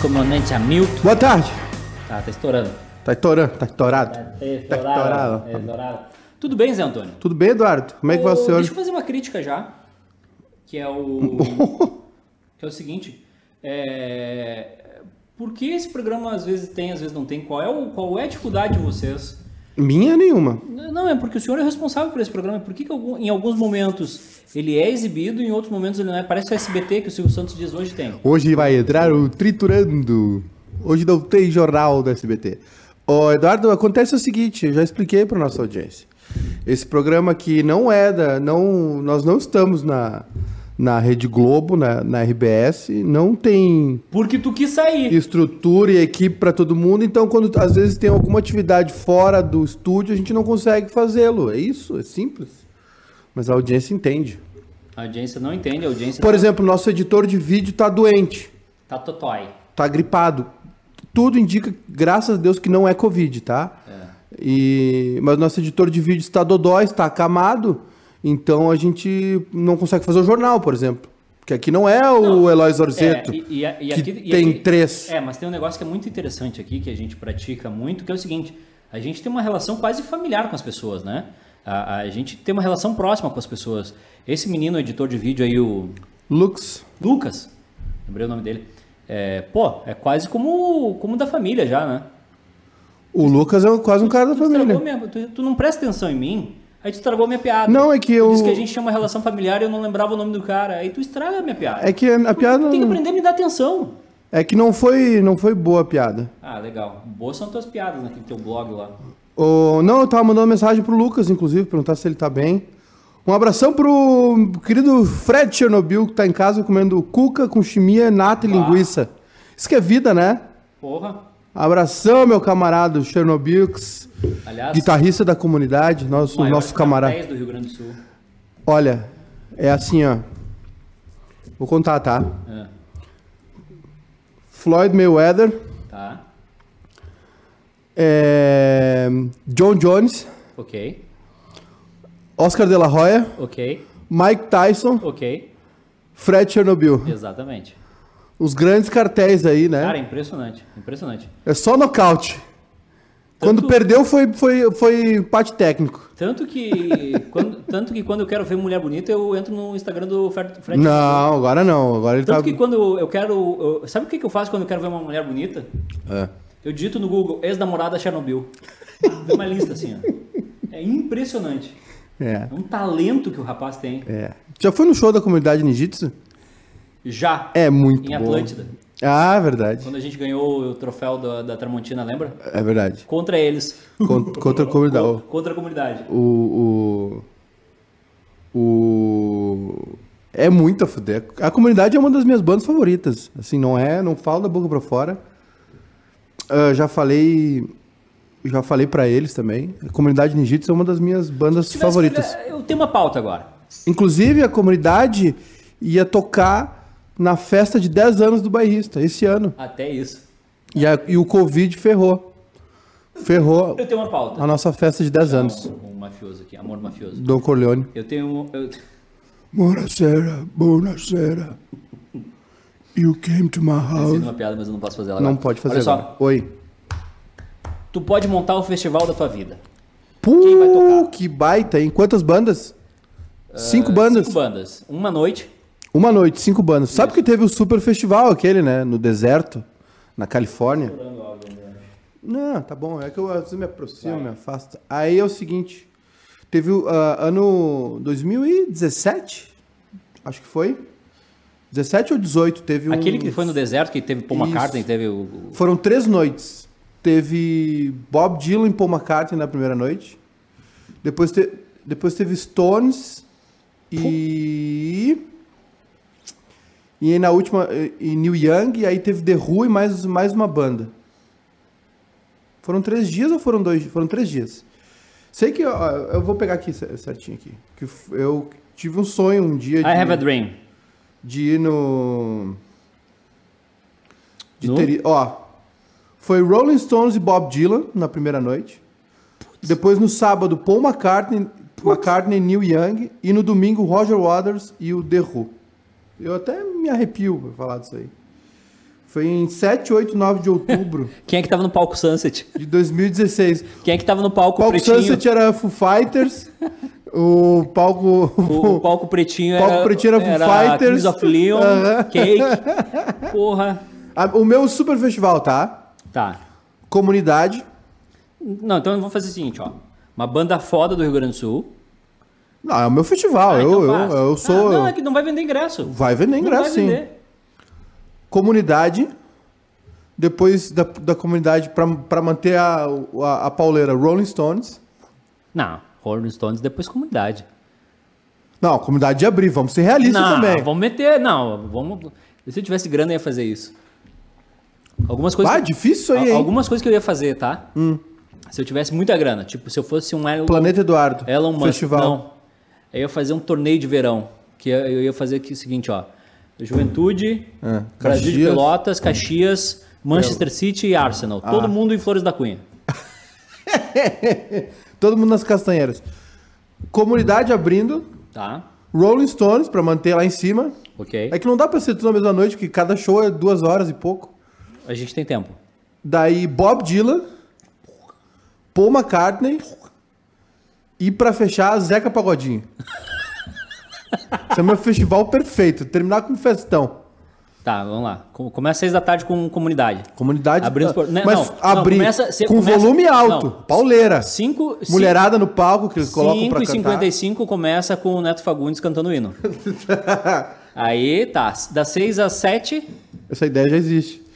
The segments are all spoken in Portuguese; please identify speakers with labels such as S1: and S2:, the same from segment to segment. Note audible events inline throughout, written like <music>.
S1: comandante Hamilton.
S2: Boa tarde.
S1: Tá, tá estourando.
S2: Tá estourando, tá estourado.
S1: Tá estourado. Tá estourado. Tudo bem, Zé Antônio?
S2: Tudo bem, Eduardo? Como é que vai o
S1: Ô,
S2: senhor?
S1: Deixa eu fazer uma crítica já. Que é
S2: <laughs>
S1: o. que é o seguinte. É... Por que esse programa às vezes tem, às vezes não tem? Qual é, o, qual é a dificuldade de vocês?
S2: Minha nenhuma.
S1: Não, é porque o senhor é responsável por esse programa. Por que, que algum- em alguns momentos ele é exibido e em outros momentos ele não é? Parece o SBT que o Silvio Santos diz hoje tem.
S2: Hoje vai entrar o Triturando. Hoje não tem jornal do SBT. Ô, Eduardo, acontece o seguinte, eu já expliquei para nossa audiência. Esse programa aqui não é da... Não, nós não estamos na, na Rede Globo, na, na RBS, não tem
S1: Porque tu quis sair.
S2: estrutura e equipe para todo mundo, então quando às vezes tem alguma atividade fora do estúdio, a gente não consegue fazê-lo. É isso, é simples. Mas a audiência entende.
S1: A audiência não entende, a audiência
S2: Por exemplo, nosso editor de vídeo tá doente,
S1: tá totói.
S2: tá gripado. Tudo indica, graças a Deus, que não é Covid, tá?
S1: É.
S2: E... Mas nosso editor de vídeo está dodói, está acamado, então a gente não consegue fazer o jornal, por exemplo. Porque aqui não é o
S1: Não.
S2: Eloy Zorzeto,
S1: É, e- e a- e
S2: que
S1: aqui- e
S2: tem
S1: aqui-
S2: três.
S1: É, mas tem um negócio que é muito interessante aqui, que a gente pratica muito, que é o seguinte: a gente tem uma relação quase familiar com as pessoas, né? A, a gente tem uma relação próxima com as pessoas. Esse menino, o editor de vídeo aí, o
S2: Lux.
S1: Lucas, lembrei o nome dele. É, pô, é quase como, como da família já, né?
S2: O Lucas é quase um cara da
S1: Tu, estragou
S2: família.
S1: minha, tu, tu não presta atenção em mim, aí tu estragou minha piada.
S2: Não, é que
S1: Tu
S2: eu.
S1: disse que a gente tinha uma relação familiar e eu não lembrava o nome do cara. Aí tu estraga a minha piada.
S2: É que a piada.
S1: Tem que aprender a me dar atenção.
S2: É que não foi, não foi boa a piada.
S1: Ah, legal. Boas são tuas piadas naquele teu blog lá.
S2: O... Não, eu tava mandando mensagem pro Lucas, inclusive, perguntar se ele tá bem. Um abração pro querido Fred Chernobyl, que tá em casa comendo cuca com chimia, nata
S1: Ah.
S2: e linguiça. Isso que é vida, né?
S1: Porra.
S2: Abração, meu camarada Chernobyl,
S1: Aliás,
S2: guitarrista da comunidade, nosso,
S1: maiores
S2: nosso camarada.
S1: cartéis do Rio Grande do Sul.
S2: Olha, é assim, ó. Vou contar, tá?
S1: É,
S2: Floyd Mayweather,
S1: tá.
S2: é, John Jones,
S1: Ok.
S2: Oscar De La Hoya,
S1: Ok.
S2: Mike Tyson,
S1: Ok.
S2: Fred Chernobyl.
S1: Exatamente.
S2: Os grandes cartéis aí, né?
S1: Cara, é impressionante. Impressionante.
S2: É só nocaute. Quando
S1: Tanto-
S2: perdeu foi, foi, foi empate técnico.
S1: Tanto que, <laughs> quando, tanto que quando eu quero ver mulher bonita, eu entro no Instagram do Fred. Fred.
S2: Não, agora não. Agora ele
S1: Tanto
S2: tá.
S1: que quando eu quero. eu- sabe o que que eu faço quando eu quero ver uma mulher bonita?
S2: É.
S1: Eu digito no Google ex-namorada Chernobyl. Vem uma lista assim, ó. É impressionante.
S2: É.
S1: É um talento que o rapaz tem.
S2: é. Já foi no show da comunidade ninjitsu?
S1: Já.
S2: É muito
S1: Em
S2: bom.
S1: Atlântida.
S2: Ah, verdade.
S1: Quando a gente ganhou o troféu da, da Tramontina, lembra?
S2: É verdade.
S1: Contra eles.
S2: Con- <laughs> Contra a comunidade. O-
S1: Contra a comunidade.
S2: O. O. o- É muito a fuder. A comunidade é uma das minhas bandas favoritas. Assim, não é. Não falo da boca pra fora. Ah, já falei. Já falei pra eles também. A comunidade Ninjitsu é uma das minhas bandas
S1: Se tivesse
S2: favoritas.
S1: que olhar- Eu tenho uma pauta agora.
S2: Inclusive, a comunidade ia tocar na festa de 10 anos do bairrista, esse ano.
S1: Até isso.
S2: E, a- e o Covid ferrou. Ferrou
S1: Eu tenho uma pauta.
S2: a nossa festa de 10 anos.
S1: Um, um mafioso aqui, amor mafioso.
S2: Don Corleone.
S1: Eu tenho. um, Eu,
S2: Buonasera, buonasera. You came to my
S1: eu fiz
S2: house.
S1: uma piada, mas eu não posso fazer ela
S2: Não
S1: agora.
S2: pode fazer
S1: Olha
S2: agora.
S1: só,
S2: Oi.
S1: tu pode montar o festival da tua vida. vai
S2: Puh,
S1: tocar? É,
S2: que baita, hein? Quantas bandas? Ah, cinco bandas.
S1: Cinco bandas. Uma noite.
S2: Uma noite, cinco bandas. Sabe que teve o super festival aquele, né? No deserto, na Califórnia. Não, tá bom. É que eu às vezes me aproximo, me afasto. Aí é o seguinte. Teve o ah, ano 2017, acho que foi. 17 ou 18 teve um...
S1: Aquele que foi no deserto, que teve Paul
S2: Isso.
S1: McCartney, teve o. o-
S2: Foram três noites. Teve Bob Dylan e Paul McCartney na primeira noite. Depois, te- depois teve Stones e... E aí na última, e e Neil Young, e aí teve The Who e mais, mais uma banda. Foram três dias ou foram dois? Foram três dias. Sei que, ó, eu vou pegar aqui cer- certinho aqui. Que f- eu tive um sonho um dia
S1: I Have a Dream.
S2: de ir no. De
S1: No?
S2: ter- Ó. Foi Rolling Stones e Bob Dylan na primeira noite. Depois no sábado, Paul McCartney, McCartney e Neil Young. E no domingo, Roger Waters e o The Who. Eu até me arrepio pra falar disso aí. Foi em 7, 8, 9
S1: <laughs>
S2: de outubro
S1: Quem é que tava no palco Sunset?
S2: de 2016.
S1: Quem é que tava no palco,
S2: O palco
S1: pretinho?
S2: Sunset era Foo Fighters. o palco.
S1: O, o palco pretinho
S2: Palco
S1: era,
S2: pretinho era Foo Fighters.
S1: Kings of Leon,
S2: Aham. <laughs>
S1: Cake. Porra.
S2: Ah, o meu super festival, tá?
S1: Tá.
S2: Comunidade.
S1: Não, então eu vou fazer o seguinte, ó. Uma banda foda do Rio Grande do Sul.
S2: Não, é o meu festival.
S1: Ah,
S2: eu,
S1: então
S2: eu,
S1: faz.
S2: eu sou.
S1: Ah, não, é que não vai vender ingresso.
S2: Vai vender
S1: Não
S2: ingresso,
S1: vai
S2: sim.
S1: vender.
S2: Comunidade. Depois da, da comunidade, pra, pra manter a, a, a pauleira, Rolling Stones.
S1: Não, Rolling Stones depois comunidade.
S2: Não, a comunidade de abrir, vamos ser realistas
S1: não,
S2: É também.
S1: vamos meter, não, vamos... Se eu tivesse grana, eu ia fazer isso. Algumas coisas...
S2: Ah, difícil isso aí,
S1: Al-
S2: hein? Hum.
S1: Algumas coisas que eu ia fazer, tá? Se eu tivesse muita grana, tipo, se eu fosse um Elon,
S2: Planeta Eduardo.
S1: Elon Musk,
S2: Festival.
S1: não. Eu ia fazer um torneio de verão, que eu- eu ia fazer aqui o seguinte, ó. Juventude,
S2: É,
S1: Brasil de
S2: Caxias. É.
S1: Pelotas, Caxias, Manchester City e Arsenal.
S2: Ah.
S1: Todo mundo em Flores da Cunha.
S2: Todo mundo nas castanheiras. Comunidade abrindo.
S1: Tá?
S2: Rolling Stones, pra manter lá em cima.
S1: Ok?
S2: É que não dá pra ser tudo na mesma noite, porque cada show é duas horas e pouco.
S1: A gente tem tempo.
S2: Daí Bob Dylan, Paul McCartney e pra fechar Zeca Pagodinho. Esse é o meu festival perfeito. Terminar com festão.
S1: Tá, vamos lá. Com- Começa às seis da tarde com comunidade.
S2: Comunidade.
S1: Abrindo os por- Né,
S2: Mas
S1: não, não,
S2: abrir
S1: começa- você
S2: com
S1: começa-
S2: volume alto.
S1: não.
S2: Pauleira.
S1: Cinco,
S2: Mulherada no palco que eles colocam pra
S1: 5 e
S2: cantar.
S1: 55 começa com o Neto Fagundes cantando o
S2: <laughs>
S1: hino. Aí tá, das 6 às 7,
S2: Essa ideia já existe.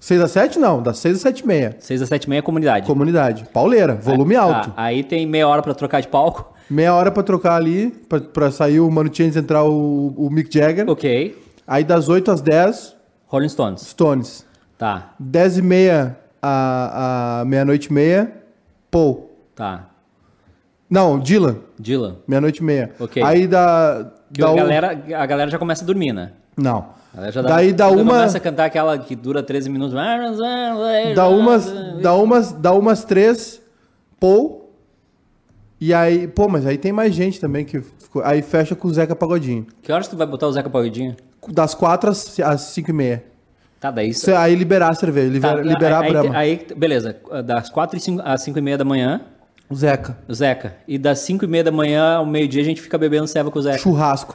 S2: 6 a 7 não, das 6 a 7 e meia.
S1: 6 às 7 e meia é comunidade.
S2: Comunidade. Pauleira, volume
S1: Tá,
S2: alto.
S1: aí tem meia hora pra trocar de palco. <laughs>
S2: Meia hora pra trocar ali, pra, pra sair o Manu Chains e entrar o, o Mick Jagger.
S1: Ok.
S2: Aí das 8 às 10,
S1: Rolling Stones.
S2: Stones.
S1: Tá,
S2: 10 e meia à, à meia-noite e meia, Paul.
S1: tá.
S2: Não, Dylan,
S1: Dylan.
S2: meia-noite e meia.
S1: Ok.
S2: Aí da...
S1: Que
S2: da
S1: a,
S2: um-
S1: galera, a galera já começa a dormir, né?
S2: Não.
S1: A galera já
S2: Daí dá
S1: já
S2: uma-
S1: começa a cantar aquela que dura 13 minutos.
S2: Dá umas,
S1: um-
S2: dá umas, dá umas três, Paul. E aí, pô, mas aí tem mais gente também que ficou- aí fecha com o Zeca Pagodinho.
S1: Que horas tu vai botar o Zeca Pagodinho?
S2: Das quatro às, às cinco e meia.
S1: Tá, daí...
S2: Cê- Aí liberar a cerveja,
S1: tá,
S2: libera- liberar
S1: aí,
S2: a Brahma.
S1: aí, beleza, das 4 e 5, às 5 e meia da manhã...
S2: O Zeca.
S1: O Zeca. E das 5 e meia da manhã ao meio-dia a gente fica bebendo ceva com o Zeca.
S2: Churrasco.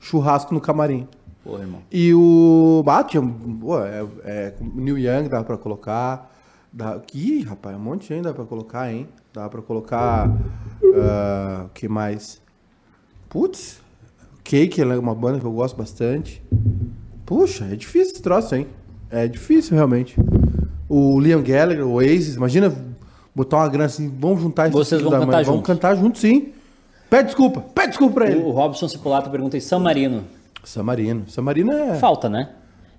S2: Churrasco no camarim.
S1: Porra, irmão.
S2: E o. Ah, tinha. pô, é, é, New Young dava pra colocar. Dá... Ih, rapaz, um monte de gente dá pra colocar, hein? Dá pra colocar. ah, O que mais? Putz. Cake ela é uma banda que eu gosto bastante. Puxa, é difícil esse troço, hein? É difícil, realmente. O Liam Gallagher, o Oasis, imagina botar uma grana assim, vamos juntar esses
S1: Vocês
S2: filhos
S1: vão
S2: da
S1: cantar
S2: Vamos
S1: juntos.
S2: cantar juntos, sim. Pede desculpa, pede desculpa pra ele.
S1: O Robson Cipolato pergunta em San Marino.
S2: Samarino. Samarino é.
S1: Falta, né?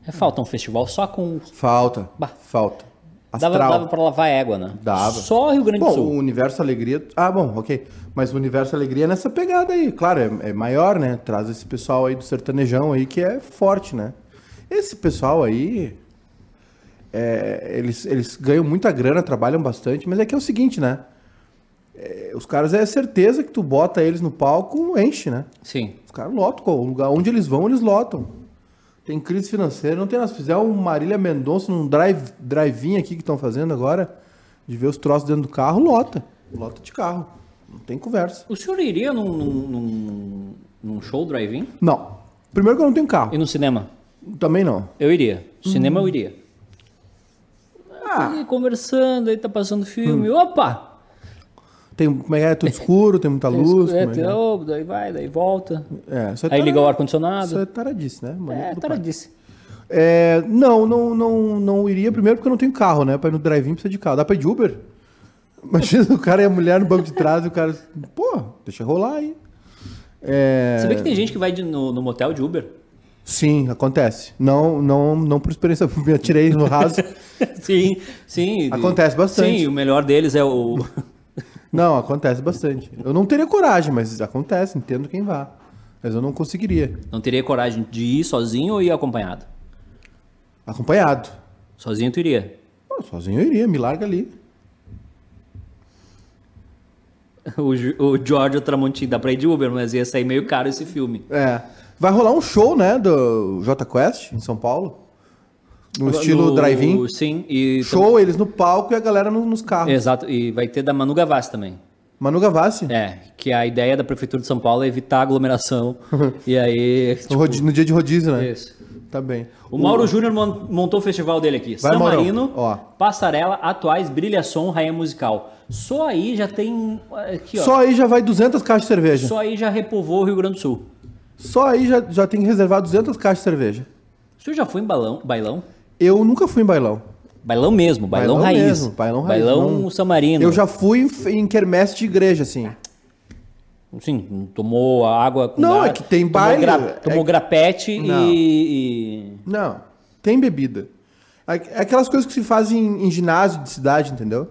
S1: É falta um festival só com.
S2: Falta.
S1: Bah.
S2: Falta.
S1: Dava,
S2: Astral.
S1: dava pra lavar égua, né?
S2: Dava.
S1: Só Rio Grande do
S2: Bom, um
S1: Sul.
S2: o Universo Alegria. Ah, bom, ok. Mas o Universo Alegria é nessa pegada aí. Claro, é, é maior, né? Traz esse pessoal aí do sertanejão aí que é forte, né? Esse pessoal aí. é, eles, eles ganham muita grana, trabalham bastante, mas é que é o seguinte, né? É, os caras é certeza que tu bota eles no palco, enche, né?
S1: Sim.
S2: Os caras lotam, qual- o lugar onde eles vão, eles lotam. Tem crise financeira, não tem nada. Se fizer um Marília Mendonça num drive, drive-in aqui que estão fazendo agora, de ver os troços dentro do carro, lota. Lota de carro. Não tem conversa.
S1: O senhor iria num, num, num- num show drive-in?
S2: Não. Primeiro que eu não tenho
S1: E
S2: carro.
S1: no cinema?
S2: Também não.
S1: Eu iria. Cinema eu iria.
S2: Ah,
S1: Ali conversando, aí tá passando
S2: Hum.
S1: filme. Opa!
S2: Tem, como é que é? Tudo escuro, tem muita luz.
S1: é,
S2: como é que é?
S1: oh, daí vai, daí volta.
S2: É, isso
S1: Aí
S2: é tara-
S1: liga o
S2: Isso
S1: ar-condicionado.
S2: é taradice, né? Mania
S1: É,
S2: do
S1: cara
S2: pai.
S1: disse.
S2: É, não, não, não, não iria primeiro porque eu não tenho carro, né? Pra ir no drive-in precisa de carro. Dá pra ir de Uber? <laughs> Imagina o cara e a mulher no banco de trás e o cara. Pô, deixa rolar aí. É,
S1: Sabia que tem gente que vai de- no, no motel de Uber? <laughs>
S2: Sim, acontece. Não, não, não por experiência, <laughs> me atirei no raso.
S1: sim, sim.
S2: Acontece bastante.
S1: Sim, o melhor deles é o. <laughs>
S2: não, acontece bastante. Eu não teria coragem, mas acontece, entendo quem vá. Mas eu não conseguiria.
S1: Não teria coragem de ir sozinho ou ir acompanhado?
S2: Acompanhado.
S1: Sozinho tu iria. <laughs>
S2: Pô, sozinho eu iria, me larga ali.
S1: O, Ju- o Giorgio Tramonti dá pra ir de Uber, mas ia sair meio caro esse filme.
S2: É. Vai rolar um show, né, do J Quest em São Paulo. No estilo drive-in.
S1: Sim, e.
S2: Show, eles no palco e a galera no- nos carros.
S1: Exato, e vai ter da Manu Gavassi também.
S2: Manu Gavassi,
S1: É, que a ideia da Prefeitura de São Paulo é evitar
S2: <laughs>
S1: aglomeração. e aí.
S2: no
S1: Tipo,
S2: rodi- no dia de rodízio, né?
S1: isso.
S2: Tá bem.
S1: O Mauro Júnior mon- montou o festival dele aqui.
S2: Vai,
S1: San
S2: Maurão.
S1: Marino,
S2: Ó.
S1: Passarela, Atuais, Brilha Som, Raia Musical. Só aí já tem. Aqui, ó.
S2: Só aí já vai 200 caixas de cerveja. Só,
S1: Só aí já repovou o Rio Grande do Sul.
S2: aí já, já tem que reservar 200 caixas de cerveja.
S1: O senhor já foi em balão, bailão?
S2: Eu nunca fui em bailão.
S1: Bailão mesmo, bailão,
S2: Bailão
S1: raiz.
S2: mesmo, bailão raiz, não.
S1: samarino.
S2: Eu já fui em, em quermesse de igreja, assim.
S1: Sim, tomou a água com
S2: Não,
S1: gás,
S2: é que tem
S1: tomou
S2: baile,
S1: gra-
S2: é
S1: tomou
S2: que-
S1: grapete e-
S2: Não.
S1: e,
S2: Não, tem bebida. Aqu- Aquelas coisas que se fazem em, em ginásio de cidade, entendeu?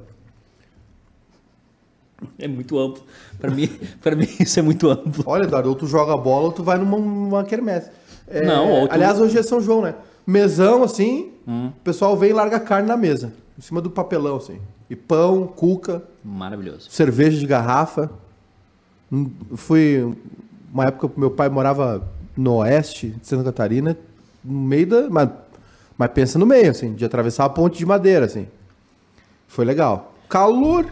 S1: É muito amplo. Pra mim, <laughs> pra mim isso é muito amplo.
S2: Olha, Eduardo, ou tu joga bola ou tu vai numa, numa quermesse. É,
S1: Não, ou tu-
S2: Aliás, hoje é São João, né? Mesão, assim, o pessoal vem e larga carne na mesa. Em cima do papelão, assim. E pão, cuca,
S1: Maravilhoso.
S2: cerveja de garrafa. Hum, Fui. Uma época meu pai morava no oeste de Santa Catarina, no meio da. Mas, mas pensa no meio, assim, de atravessar a ponte de madeira, assim. Foi legal. Calor!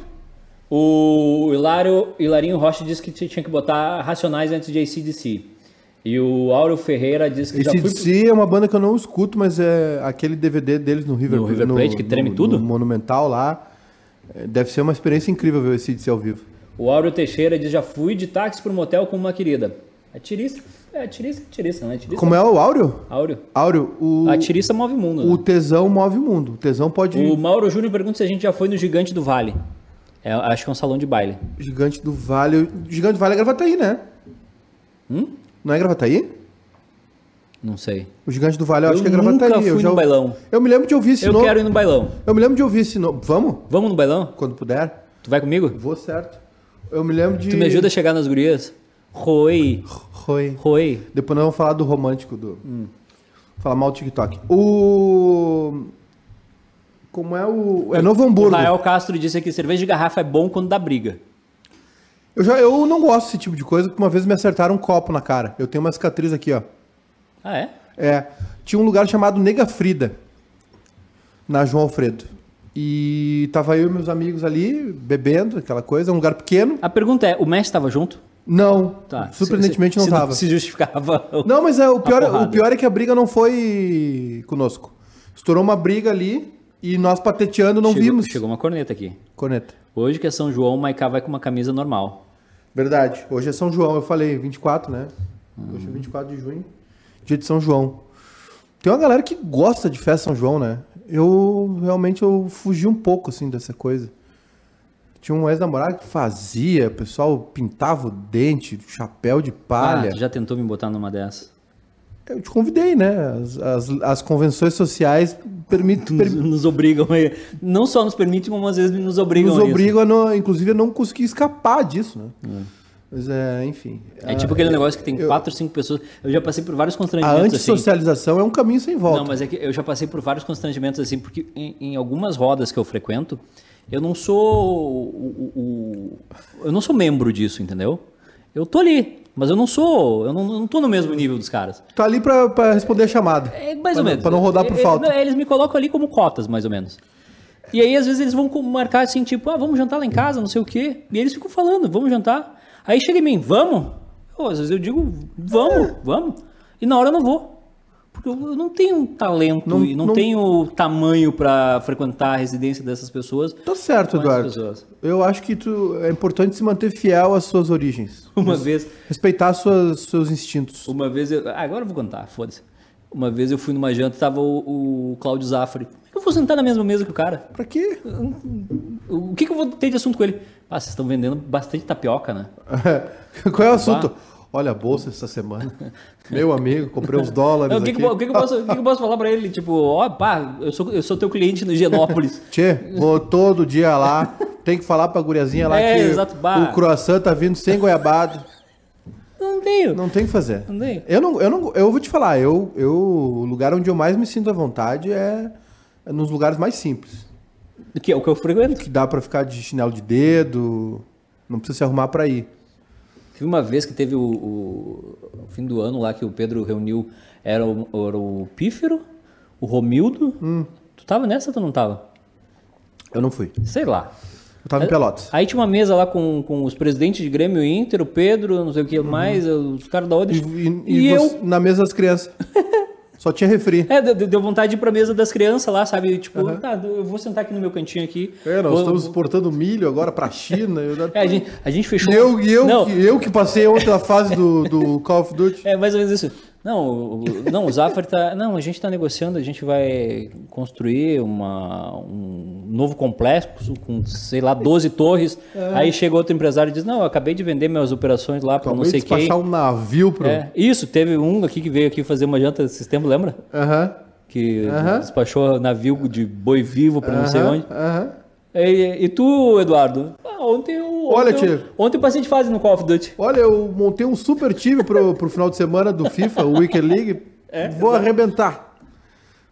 S1: O Hilário, Hilarinho Rocha disse que t- tinha que botar Racionais antes de ACDC. E o Áureo Ferreira disse que já foi...
S2: ACDC é uma banda que eu não escuto, mas é aquele DVD deles no River,
S1: No River Plate, que treme tudo?
S2: no Monumental lá. É, Deve ser uma experiência incrível ver o ACDC ao vivo.
S1: O Áureo Teixeira diz, já fui de táxi pro motel com uma querida. A tirista, é tirista, tirista, né? Tirista,
S2: Como é o Áureo?
S1: Áureo.
S2: Áureo, o,
S1: A tirista move o mundo, né?
S2: o tesão move o mundo. O tesão pode
S1: O Mauro Júnior pergunta se a gente já foi no Gigante do Vale. É, acho que é um salão de baile.
S2: Gigante do Vale. Gigante do Vale é Gravataí, né?
S1: Hum?
S2: Não é Gravataí?
S1: Não sei.
S2: O Gigante do Vale eu, acho que é
S1: Eu nunca
S2: Gravataí.
S1: fui no bailão.
S2: Eu me lembro de ouvir esse
S1: Eu
S2: nome.
S1: quero ir no bailão.
S2: Eu me lembro de ouvir esse nome. Vamos?
S1: Vamos no bailão?
S2: Quando puder.
S1: Tu vai comigo?
S2: Vou certo. Eu me lembro de.
S1: É. Tu me ajuda a chegar nas gurias? Roi,
S2: Roi.
S1: roi.
S2: Depois nós vamos falar do romântico do. Falar mal do TikTok. O. Como é o. É Novo
S1: O
S2: Hamburgo.
S1: Rael Castro disse aqui, cerveja de garrafa é bom quando dá briga.
S2: Eu, já, eu não gosto desse tipo de coisa, porque uma vez me acertaram um copo na cara. Eu tenho uma cicatriz aqui, ó.
S1: Ah, é?
S2: É, tinha um lugar chamado Nega Frida, na João Alfredo. E tava eu e meus amigos ali, bebendo, aquela coisa, um lugar pequeno.
S1: A pergunta é, o mestre estava junto?
S2: Não,
S1: Tá.
S2: surpreendentemente
S1: Se-
S2: não
S1: se-
S2: tava.
S1: Se justificava.
S2: Não, mas é, o, pior,
S1: porrada.
S2: o pior é que a briga não foi conosco. Estourou uma briga ali e nós pateteando não
S1: chegou,
S2: vimos.
S1: Chegou uma corneta aqui.
S2: Corneta.
S1: Hoje que é São João, o Maiká vai com uma camisa normal.
S2: Verdade. Hoje é São João, eu falei, 24, né? Hoje é
S1: Uhum.
S2: 24 de junho, dia de São João. Tem uma galera que gosta de festa São João, né? Eu realmente eu fugi um pouco assim dessa coisa. Tinha um ex-namorado que fazia, o pessoal pintava o dente, chapéu de palha.
S1: Ah, tu já tentou me botar numa dessas. <laughs>
S2: Eu te convidei, né? As, as, as convenções sociais permitem,
S1: Nos, nos obrigam aí. Não só nos permitem, como às vezes nos obrigam né? a
S2: nos
S1: isso.
S2: obrigam, a não, inclusive, a não conseguir escapar disso, né? Mas é, enfim.
S1: É tipo aquele negócio que tem quatro, cinco pessoas. Eu já passei por vários
S2: A
S1: constrangimentos assim.
S2: antissocialização é um caminho sem volta.
S1: Não, mas é que eu já passei por vários constrangimentos assim, porque em, em algumas rodas que eu frequento, eu não sou o, o- o- eu não sou membro disso, entendeu? Eu tô ali, mas eu não sou, eu não, eu não tô no mesmo nível dos caras.
S2: Tá ali pra, pra responder a chamada.
S1: É mais
S2: Pra
S1: ou
S2: não-
S1: menos.
S2: pra não rodar por
S1: É, é,
S2: falta.
S1: não, Eles me colocam ali como cotas, mais ou menos. E aí, às vezes, eles vão com- marcar assim, tipo, ah, vamos jantar lá em casa, não sei o quê. E eles ficam falando, vamos jantar. Aí chega em mim, vamos? Eu, às vezes eu digo, vamos,
S2: É.
S1: vamos. E na hora eu não vou. Porque eu eu não tenho um talento
S2: Não-
S1: e não,
S2: não-
S1: tenho tamanho pra frequentar a residência dessas pessoas. <laughs>
S2: Tá certo,
S1: com essas
S2: Eduardo.
S1: pessoas.
S2: Eu acho que tu, é importante se manter fiel às suas origens.
S1: Uma vez,
S2: Respeitar suas, seus instintos.
S1: Uma vez eu. ah, Agora eu vou contar, foda-se. Uma vez eu fui numa janta, tava o, o Cláudio Zafari. Eu vou sentar na mesma mesa que o cara.
S2: Pra quê? <laughs>
S1: O que, que eu vou ter de assunto com ele? Ah, vocês estão vendendo bastante tapioca, né?
S2: Qual é o assunto? Olha a bolsa essa semana. Meu amigo,
S1: <laughs>
S2: comprei uns dólares
S1: o que, que,
S2: Tá aqui.
S1: eu- o que que eu posso, o que que eu posso falar pra ele? Tipo, ó, pá, eu sou, eu sou teu cliente no Genópolis.
S2: <laughs> Tchê, vou todo dia lá. Tem que falar pra guriazinha lá
S1: É,
S2: que
S1: exato, bah.
S2: o croissant tá vindo sem goiabado.
S1: Não tenho.
S2: Não tem o que fazer.
S1: Não tem.
S2: Eu não, eu não, eu vou te falar, eu, eu, o lugar onde eu mais me sinto à vontade é é nos lugares mais simples.
S1: Que é o que eu frequento.
S2: que dá pra ficar de chinelo de dedo, não precisa se arrumar pra ir.
S1: Teve uma vez que teve o, o- o fim do ano lá que o Pedro reuniu, era o, era o Pífero, o Romildo.
S2: Hum.
S1: Tu tava nessa ou tu não tava?
S2: Eu não fui.
S1: Sei lá.
S2: Eu
S1: É.
S2: tava em Pelotas.
S1: Aí tinha uma mesa lá com, com os presidentes de Grêmio e Inter, o Pedro, não sei o que mais, os caras da
S2: Uhum. E,
S1: Odis.
S2: e- e
S1: E
S2: você- na mesa das crianças.
S1: <laughs>
S2: Só tinha refri.
S1: É, deu, deu vontade de ir pra mesa das crianças lá, sabe? Tipo, tá, eu vou sentar aqui no meu cantinho aqui.
S2: É, nós
S1: Vou-
S2: estamos exportando milho agora pra China. Eu,
S1: É, a gente, a gente fechou. um-
S2: E eu, e eu,
S1: não,
S2: que, eu que passei outra fase do, do Call
S1: <laughs>
S2: of Duty.
S1: É mais ou menos isso. Não, o- o- não, o Zafar tá. Não, a gente tá negociando, a gente vai construir uma, um novo complexo com, sei lá, 12 torres.
S2: É.
S1: Aí chega outro empresário e diz: Não, eu acabei de vender minhas operações lá pra não
S2: Acabei de
S1: sei quem.
S2: despachar um navio pro.
S1: É, isso, teve um aqui que veio aqui fazer uma janta esses tempos, lembra?
S2: Aham.
S1: Que
S2: Aham.
S1: despachou navio de boi vivo pra não sei
S2: aham,
S1: onde.
S2: aham.
S1: E, e tu, Eduardo? Ah, ontem eu.
S2: Olha,
S1: ontem, eu-
S2: tio.
S1: ontem eu passei de fase no Call of Duty.
S2: Olha, eu montei um super time pro, pro final de semana do FIFA, o Weekend League.
S1: É,
S2: Vou arrebentar.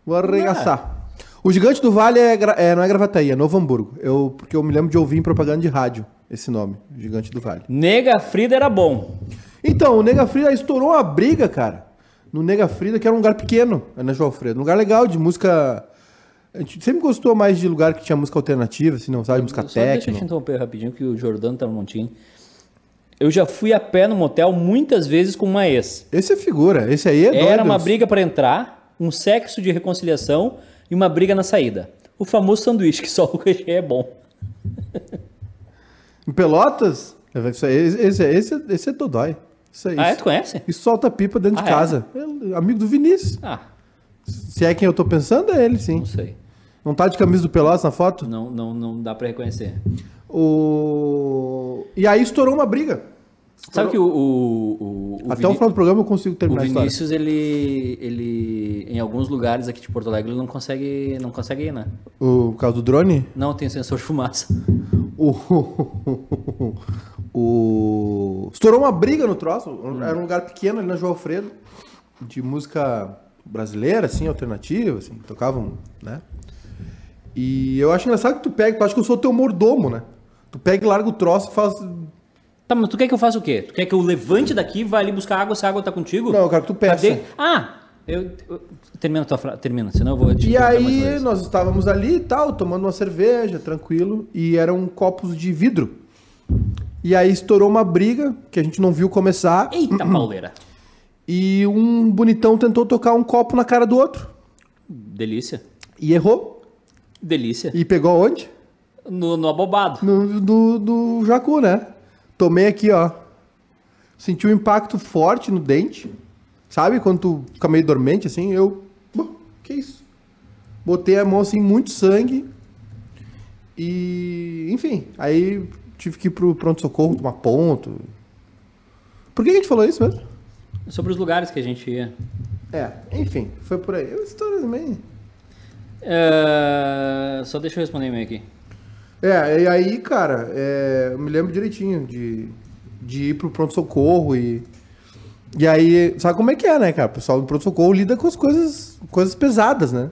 S2: Vou arregaçar.
S1: Ah.
S2: O Gigante do Vale é, gra- é, não é Gravataí, é Novo Hamburgo. Eu, porque eu me lembro de ouvir em propaganda de rádio esse nome, Gigante do Vale.
S1: Nega Frida era bom.
S2: Então, o Nega Frida estourou uma briga, cara. No Nega Frida, que era um lugar pequeno, na João Alfredo. Um lugar legal de música. A gente sempre gostou mais de lugar que tinha música alternativa, assim, não sabe? Música
S1: Só deixa eu te
S2: técnica.
S1: interromper rapidinho, que o Jordano tá no montinho. Eu já fui a pé no motel muitas vezes com uma ex.
S2: Esse é figura, esse aí é
S1: Era
S2: doido.
S1: uma briga pra entrar, um sexo de reconciliação e uma briga na saída. O famoso sanduíche, que só o recheio é bom.
S2: Em Pelotas? Isso aí, esse, esse, esse, esse é Dodói. Isso aí.
S1: Ah, é? Tu conhece?
S2: E solta pipa dentro
S1: Ah,
S2: de
S1: é?
S2: casa. É amigo do Vinícius.
S1: Ah,
S2: Se é quem eu tô pensando, é ele, sim.
S1: não sei.
S2: Não tá de camisa do Pelotas na foto?
S1: Não, não, não dá pra reconhecer.
S2: O... E aí estourou uma briga.
S1: Sabe que o, o, o, o
S2: Tá Até o
S1: Vini-
S2: final do programa eu consigo
S1: o
S2: terminar a história.
S1: Vinícius, ele, ele, em alguns lugares aqui de Porto Alegre, ele não consegue, não consegue ir, né?
S2: O caso do drone?
S1: Não, tem sensor de fumaça.
S2: O... <laughs> o... Estourou uma briga no troço. Era um lugar pequeno ali na João Alfredo. De música brasileira, assim, alternativa, assim. Tocavam, né? E eu acho engraçado que tu pega... Tu acha que eu sou teu mordomo, né? Tu pega e larga o troço e faz...
S1: Tá, mas tu quer que eu faça o quê? Tu quer que eu levante daqui, vá ali buscar água se a água tá contigo?
S2: Não, eu quero que tu peça.
S1: Cadê? Ah! Eu, eu- termina a tua frase, termina, senão eu vou te
S2: E
S1: cortar mais uma
S2: aí
S1: vez.
S2: nós estávamos ali e tal, tomando uma cerveja, tranquilo, e eram copos de vidro. E aí estourou uma briga que a gente não viu começar.
S1: Eita, pauleira!
S2: E um bonitão tentou tocar um copo na cara do outro.
S1: Delícia.
S2: E errou.
S1: Delícia.
S2: E pegou onde?
S1: No, no abobado.
S2: No, do, do Jacu, né? Tomei aqui, ó. Senti um impacto forte no dente. Sabe? Quando tu fica meio dormente, assim, eu. "Bom, Que isso? Botei a mão assim, muito sangue. E. Enfim, aí tive que ir pro pronto-socorro, tomar ponto. Por que a gente falou isso mesmo?
S1: Sobre os lugares que a gente ia.
S2: É, enfim, foi por aí. É uma história também.
S1: É, só deixa eu responder meio aqui.
S2: É, e aí, cara, é, eu me lembro direitinho de, de ir pro pronto-socorro e. E aí, sabe como é que é, né, cara? O pessoal do pronto-socorro lida com as coisas, coisas pesadas, né?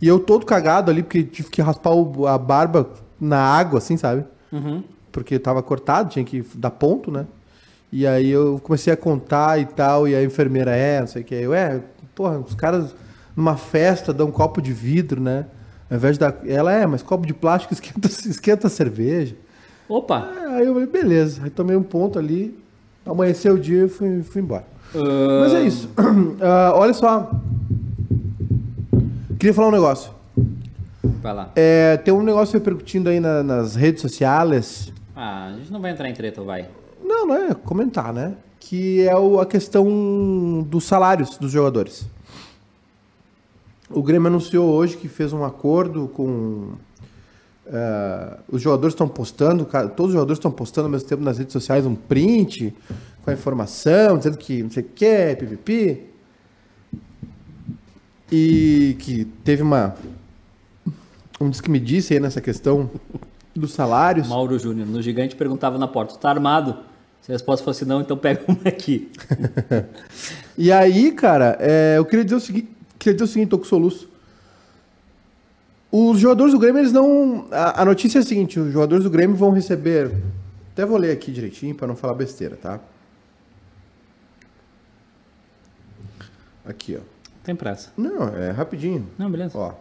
S2: E eu todo cagado ali, porque tive que raspar o- a barba na água, assim, sabe?
S1: Uhum.
S2: Porque tava cortado, tinha que dar ponto, né? E aí eu comecei a contar e tal, e a enfermeira é, não sei o que. Eu, é, porra, os caras numa festa dão um copo de vidro, né? Ao invés da. Ela é, mas copo de plástico <laughs> esquenta, esquenta a cerveja.
S1: Opa!
S2: É, Aí eu falei, beleza. Aí tomei um ponto ali, amanheceu o dia e fui, fui embora.
S1: Ah,
S2: Mas é isso. <clears throat> Ah, olha só. Queria falar um negócio.
S1: Vai lá.
S2: É, tem um negócio repercutindo aí na- nas redes sociais.
S1: Ah, a gente não vai entrar em treta, vai.
S2: Não, não é comentar, né? Que é o- a questão dos salários dos jogadores. O Grêmio anunciou hoje que fez um acordo com. eh, os jogadores estão postando, cara, todos os jogadores estão postando ao mesmo tempo nas redes sociais um print com a informação, dizendo que não sei o que, ppp. E que teve uma. Um diz que me disse aí nessa questão dos salários.
S1: Mauro Júnior, no gigante, perguntava na porta: Tu tá armado? Se a resposta fosse não, então pega uma aqui.
S2: E aí, cara, é, eu queria dizer o seguinte, queria dizer o seguinte, tô com soluço. Os jogadores do Grêmio, eles não. A, a notícia é a seguinte: os jogadores do Grêmio vão receber. Até vou ler aqui direitinho para não falar besteira, tá? Aqui, ó.
S1: Tem pressa.
S2: Não, é rapidinho.
S1: Não, beleza.
S2: Ó.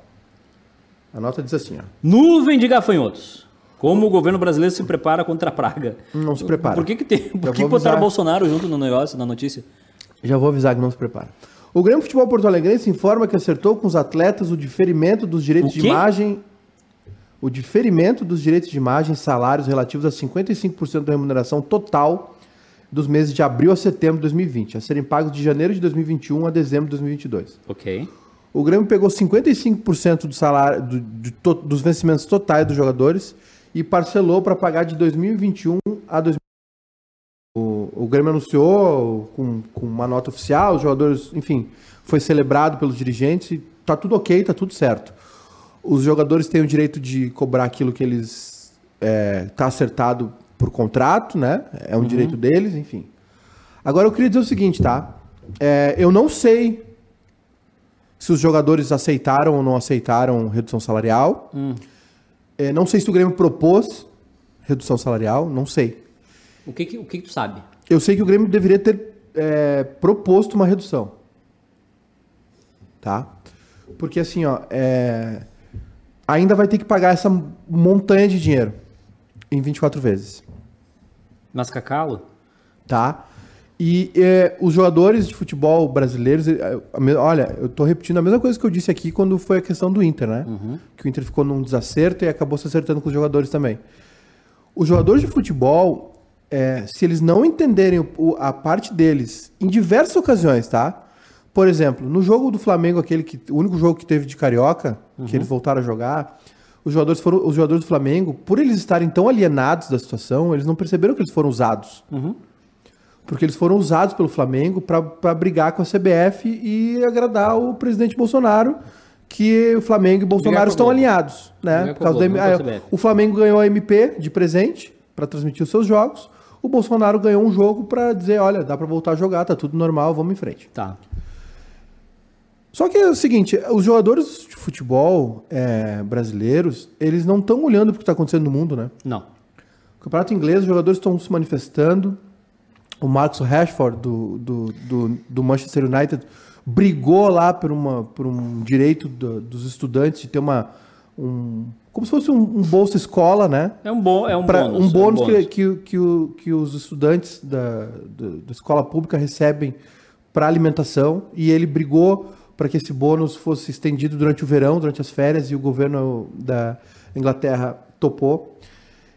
S2: A nota diz assim, ó.
S1: Nuvem de gafanhotos. Como o governo brasileiro se prepara contra a praga?
S2: Não se prepara.
S1: Por que, que, tem, por
S2: Eu
S1: que
S2: vou
S1: botaram
S2: avisar.
S1: Bolsonaro junto no negócio, na notícia?
S2: Já vou avisar que não se prepara. O Grêmio Futebol Porto Alegrense informa que acertou com os atletas o diferimento dos direitos
S1: O
S2: de
S1: quê?
S2: imagem. O diferimento dos direitos de imagem e salários relativos a 55% da remuneração total dos meses de abril a setembro de 2020, a serem pagos de janeiro de 2021 a dezembro de 2022.
S1: Ok.
S2: O Grêmio pegou 55% do salário, do- de to- dos vencimentos totais dos jogadores e parcelou para pagar de 2021 a 2021. O, o Grêmio anunciou com, com uma nota oficial, os jogadores, enfim, foi celebrado pelos dirigentes e tá tudo ok, tá tudo certo. Os jogadores têm o direito de cobrar aquilo que eles é, tá acertado por contrato, né? É um direito deles, enfim. Agora eu queria dizer o seguinte, tá? É, eu não sei se os jogadores aceitaram ou não aceitaram redução salarial. É, não sei se o Grêmio propôs redução salarial, não sei.
S1: O que, que- o que, que tu sabe?
S2: Eu sei que o Grêmio deveria ter é, proposto uma redução. Tá? Porque assim, ó, é, ainda vai ter que pagar essa montanha de dinheiro em 24 vezes.
S1: Mascacalo?
S2: tá? E é, os jogadores de futebol brasileiros, eh, a me- olha, eu tô repetindo a mesma coisa que eu disse aqui quando foi a questão do Inter, né? Que o Inter ficou num desacerto e acabou se acertando com os jogadores também. Os jogadores de futebol, eh, se eles não entenderem o- o- a parte deles em diversas ocasiões, tá? Por exemplo, no jogo do Flamengo, aquele que, o único jogo que teve de carioca, que eles voltaram a jogar, os jogadores foram, os jogadores do Flamengo, por eles estarem tão alienados da situação, eles não perceberam que eles foram usados.
S1: Uhum.
S2: Porque eles foram usados pelo Flamengo para brigar com a CBF e agradar o presidente Bolsonaro, que o Flamengo e
S1: Brigar
S2: Bolsonaro
S1: com a
S2: estão
S1: Globo.
S2: alinhados, né?
S1: Brigar
S2: Por
S1: com a
S2: causa da,
S1: Globo,
S2: ah,
S1: não com a CBF.
S2: o Flamengo ganhou a MP de presente para transmitir os seus jogos. O Bolsonaro ganhou um jogo para dizer, olha, dá para voltar a jogar, tá tudo normal, vamos em frente.
S1: Tá.
S2: Só que é o seguinte, os jogadores de futebol é, brasileiros, eles não estão olhando pro que tá acontecendo no mundo, né?
S1: Não.
S2: O campeonato inglês, os jogadores estão se manifestando. O Marcus Rashford, do, do, do, do Manchester United, brigou lá por, uma, por um direito do- dos estudantes de ter uma. Um, como se fosse um, um bolsa escola, né?
S1: É um, bo é um
S2: Pra-
S1: bônus.
S2: um bônus que, que, o- que, o- que os estudantes da, do- da escola pública recebem para alimentação. E ele brigou para que esse bônus fosse estendido durante o verão, durante as férias, e o governo da Inglaterra topou.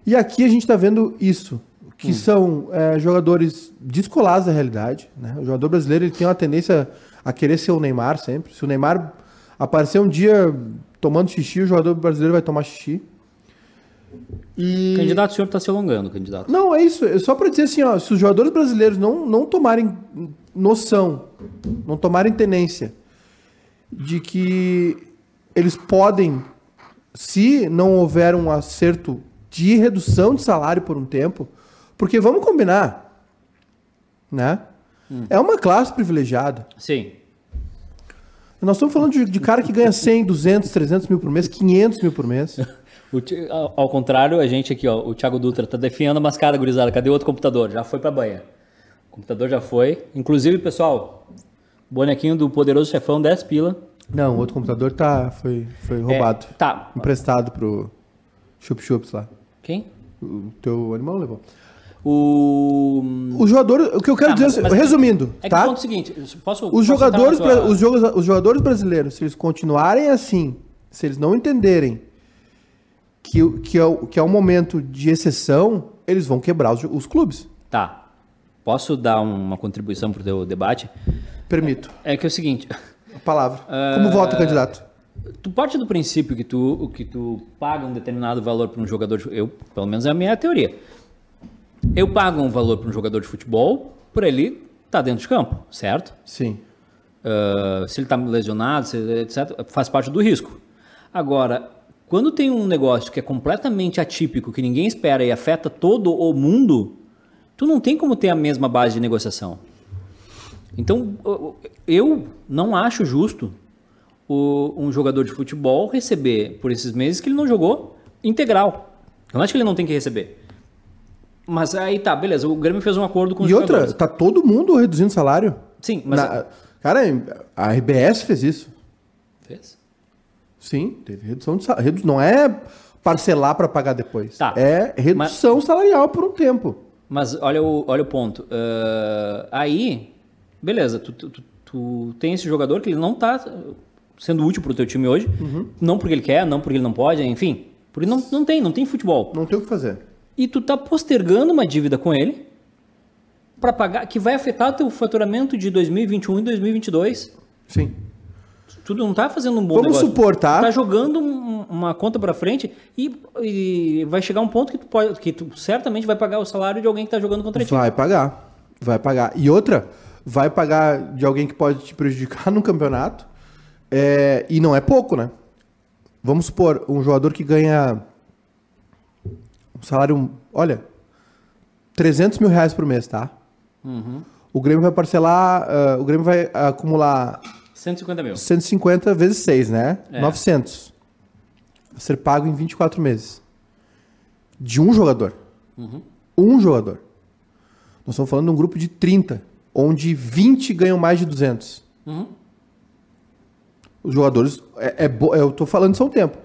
S2: E aqui a gente está vendo isso, que
S1: Hum.
S2: são é, jogadores descolados da realidade. né? O jogador brasileiro ele tem uma tendência a querer ser o Neymar sempre. Se o Neymar aparecer um dia tomando xixi, o jogador brasileiro vai tomar xixi. E...
S1: Candidato, o senhor está se alongando, candidato.
S2: Não, é isso. É só pra dizer assim, ó, se os jogadores brasileiros não, não tomarem noção, não tomarem tenência de que eles podem, se não houver um acerto de redução de salário por um tempo, porque vamos combinar, né? É uma classe privilegiada.
S1: Sim.
S2: Nós estamos falando de, de cara que ganha 100, 200, 300 mil por mês, 500 mil por mês.
S1: O Ti- ao, ao contrário, a gente aqui, ó, o Thiago Dutra tá definhando a mascada, gurizada. Cadê o outro computador? Já foi pra banha. O computador já foi. Inclusive, pessoal, bonequinho do poderoso chefão 10 pila.
S2: Não, o outro computador tá, foi, foi
S1: É,
S2: roubado.
S1: tá.
S2: Emprestado pro Chup Chups lá.
S1: Quem?
S2: O teu animal levou.
S1: O.
S2: O jogador, o que eu quero
S1: Tá,
S2: dizer,
S1: mas-
S2: é-
S1: mas-
S2: resumindo,
S1: É que o
S2: tá?
S1: ponto é o seguinte, posso.
S2: Os
S1: posso
S2: jogadores,
S1: entrar na
S2: bra-
S1: tua-
S2: os, jogos, os jogadores brasileiros, se eles continuarem assim, se eles não entenderem que, o- que, é, o- que é um momento de exceção, eles vão quebrar os, jo- os clubes.
S1: Tá. Posso dar uma contribuição pro teu debate?
S2: Permito
S1: É que é o seguinte.
S2: a palavra.
S1: Ah,
S2: Como vota, candidato?
S1: Tu parte do princípio que tu, que tu paga um determinado valor para um jogador de eu Pelo menos é a minha teoria. Eu pago um valor para um jogador de futebol por ele estar dentro de campo, certo?
S2: Sim.
S1: Ah, se ele está lesionado, se, etc., faz parte do risco. Agora, quando tem um negócio que é completamente atípico, que ninguém espera e afeta todo o mundo, tu não tem como ter a mesma base de negociação. Então, eu- eu não acho justo o- um jogador de futebol receber por esses meses que ele não jogou integral. Eu não acho que ele não tem que receber. Mas aí tá, beleza, o Grêmio fez um acordo com os
S2: E outra,
S1: jogadores.
S2: tá todo mundo reduzindo salário?
S1: Sim, mas
S2: Na- Cara, a RBS fez isso.
S1: Fez?
S2: Sim, teve redução de salário. Não é parcelar para pagar depois.
S1: Tá.
S2: É redução salarial por um tempo.
S1: Mas olha o, olha o ponto. Ah, aí, beleza, tu, tu, tu- tu tem esse jogador que ele não tá sendo útil pro teu time hoje. Não porque ele quer, não porque ele não pode, enfim. Porque não, não tem, não tem futebol.
S2: Não tem o que fazer.
S1: E tu tá postergando uma dívida com ele para pagar, que vai afetar teu faturamento de 2021 e 2022.
S2: Sim.
S1: Tu não tá fazendo um bom
S2: Vamos
S1: negócio.
S2: supor, tá?
S1: Tu tá jogando um- uma conta pra frente e, e vai chegar um ponto que tu pode, que tu certamente vai pagar o salário de alguém que tá jogando contra ti.
S2: Vai pagar. Vai pagar. E outra, vai pagar de alguém que pode te prejudicar <laughs> no campeonato. É, e não é pouco, né? Vamos supor, um jogador que ganha um salário, olha, 300 mil reais por mês, tá?
S1: Uhum.
S2: O Grêmio vai parcelar, ah, o Grêmio vai acumular
S1: 150 mil.
S2: 150 vezes 6, né?
S1: É.
S2: 900. Vai ser pago em 24 meses. De um jogador.
S1: Uhum.
S2: Um jogador. Nós estamos falando de um grupo de 30, onde 20 ganham mais de 200. Os jogadores. É, é bo- eu tô falando isso há um tempo.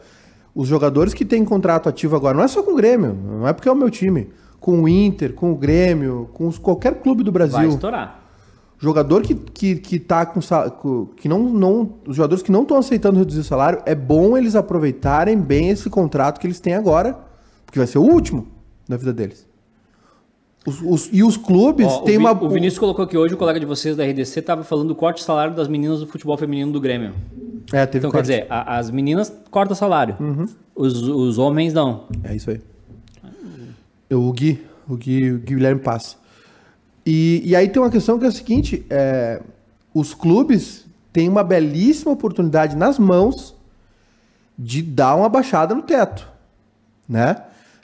S2: Os jogadores que têm contrato ativo agora, não é só com o Grêmio, não é porque é o meu time. Com o Inter, com o Grêmio, com os- qualquer clube do Brasil.
S1: Vai estourar.
S2: Jogador que, que, que tá com, sa- com- que não, não os jogadores que não estão aceitando reduzir o salário, é bom eles aproveitarem bem esse contrato que eles têm agora, porque vai ser o último da vida deles. Os- os- e os clubes
S1: Ó, o,
S2: têm
S1: Vi-
S2: uma
S1: o Vinícius colocou aqui hoje, o colega de vocês da RDC tava falando do corte de salário das meninas do futebol feminino do Grêmio.
S2: É, teve
S1: Então,
S2: corte. Uhum.
S1: quer dizer, a- as meninas cortam salário. Os, os homens não.
S2: É isso aí. Eu, o Gui, o Gui, o Guilherme Passa. E, e aí tem uma questão que é a seguinte: é, os clubes têm uma belíssima oportunidade nas mãos de dar uma baixada no teto, né?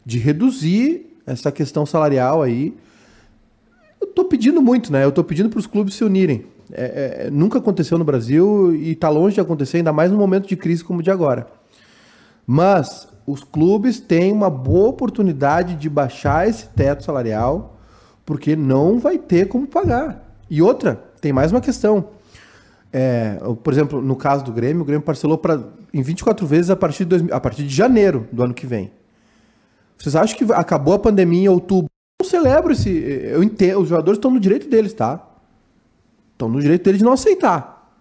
S2: De reduzir essa questão salarial aí. Eu tô pedindo muito, né? Eu tô pedindo para os clubes se unirem. É, é, nunca aconteceu no Brasil e tá longe de acontecer, ainda mais num momento de crise como o de agora. Mas os clubes têm uma boa oportunidade de baixar esse teto salarial, porque não vai ter como pagar. E outra, tem mais uma questão. É, o- por exemplo, no caso do Grêmio, o Grêmio parcelou pra, em 24 vezes a partir, de dois mil- a partir de janeiro do ano que vem. Vocês acham que vai- acabou a pandemia em outubro? Eu não celebro esse. Eu entendo, os jogadores estão no direito deles, tá? Estão no direito deles de não aceitar.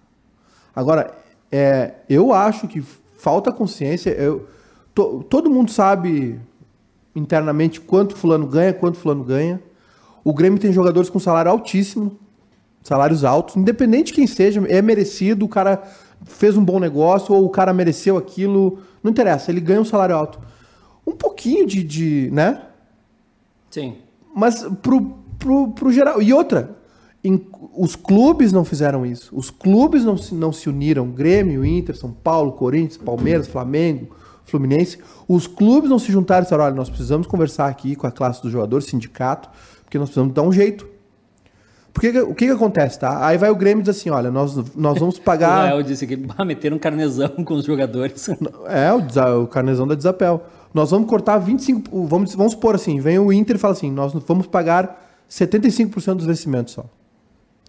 S2: Agora, é, eu acho que falta consciência. Eu, to- todo mundo sabe internamente quanto fulano ganha, quanto fulano ganha. O Grêmio tem jogadores com salário altíssimo, salários altos, independente de quem seja, é merecido, o cara fez um bom negócio ou o cara mereceu aquilo, não interessa, ele ganha um salário alto. Um pouquinho de, de né?
S1: Sim.
S2: Mas pro, pro, pro geral. E outra, em- os clubes não fizeram isso. Os clubes não se, não se uniram. Grêmio, Inter, São Paulo, Corinthians, Palmeiras, Flamengo, Fluminense. Os clubes não se juntaram e disseram: olha, nós precisamos conversar aqui com a classe dos jogadores, sindicato, porque nós precisamos dar um jeito. Porque que- o que, que acontece, tá? Aí vai o Grêmio e diz assim: olha, nós, nós vamos
S1: O
S2: pagar.
S1: Rael disse aqui, <laughs> "Bah, meteram um carnezão com os
S2: <laughs>
S1: jogadores.
S2: É, o, desa- o carnezão da Desapel. Nós vamos cortar 25%. o- Vamos, vamos supor assim: vem o Inter e fala assim, nós vamos pagar 75% dos vencimentos só.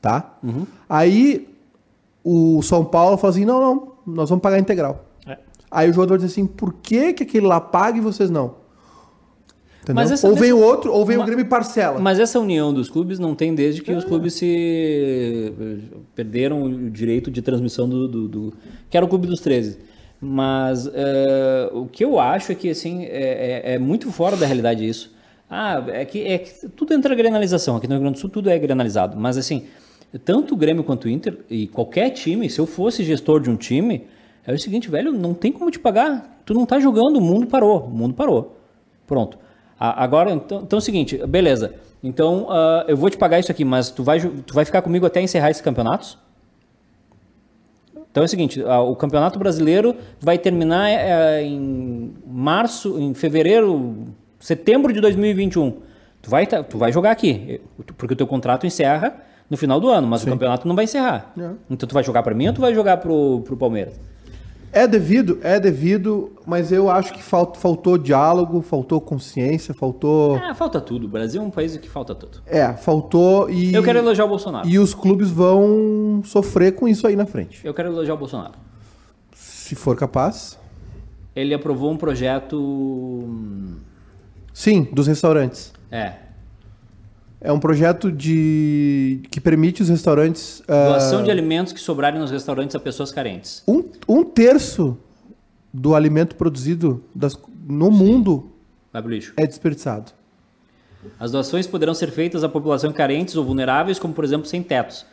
S2: Tá?
S1: Uhum.
S2: Aí o São Paulo fala assim: não, não, nós vamos pagar integral.
S1: É.
S2: Aí o jogador diz assim: por que, que aquele lá paga e vocês não? Entendeu?
S1: Mas essa-
S2: ou vem o outro, ou vem
S1: Ma-
S2: o Grêmio e parcela.
S1: Mas essa união dos clubes não tem desde que os clubes se perderam o direito de transmissão do, do, do- que era o clube dos 13. Mas eh, o que eu acho é que assim é, é- é muito fora da realidade isso. Ah, é que, é que tudo entra granalização. Aqui no Rio Grande do Sul tudo é granalizado. Mas assim, tanto o Grêmio quanto o Inter e qualquer time, se eu fosse gestor de um time, é o seguinte, velho, não tem como te pagar. Tu não tá jogando, o mundo parou, o mundo parou. Pronto. A- Agora, então, então é o seguinte, beleza. Então, ah, eu vou te pagar isso aqui, mas tu vai, ju- tu vai ficar comigo até encerrar esses campeonatos? Então é o seguinte, ah, o Campeonato Brasileiro vai terminar eh, em março, em fevereiro, setembro de 2021. Tu vai, ta- tu vai jogar aqui, eh, tu- porque o teu contrato encerra no final do ano, mas o campeonato não vai encerrar.
S2: É.
S1: Então tu vai jogar pra mim ou tu vai jogar pro, pro Palmeiras?
S2: É devido, é devido, mas eu acho que falt- faltou diálogo, faltou consciência, faltou.
S1: Ah, falta tudo. O Brasil é um país que falta tudo.
S2: É, faltou e.
S1: Eu quero elogiar o Bolsonaro.
S2: E os clubes vão sofrer com isso aí na frente.
S1: Eu quero elogiar o Bolsonaro.
S2: Se for capaz.
S1: Ele aprovou um projeto. hum,
S2: Sim, dos restaurantes.
S1: É.
S2: É um projeto de que permite os restaurantes. ah,
S1: Doação de alimentos que sobrarem nos restaurantes a pessoas carentes.
S2: um, um terço do alimento produzido das- no mundo
S1: Vai pro lixo.
S2: é desperdiçado.
S1: As doações poderão ser feitas a população carentes ou vulneráveis, como por exemplo sem tetos.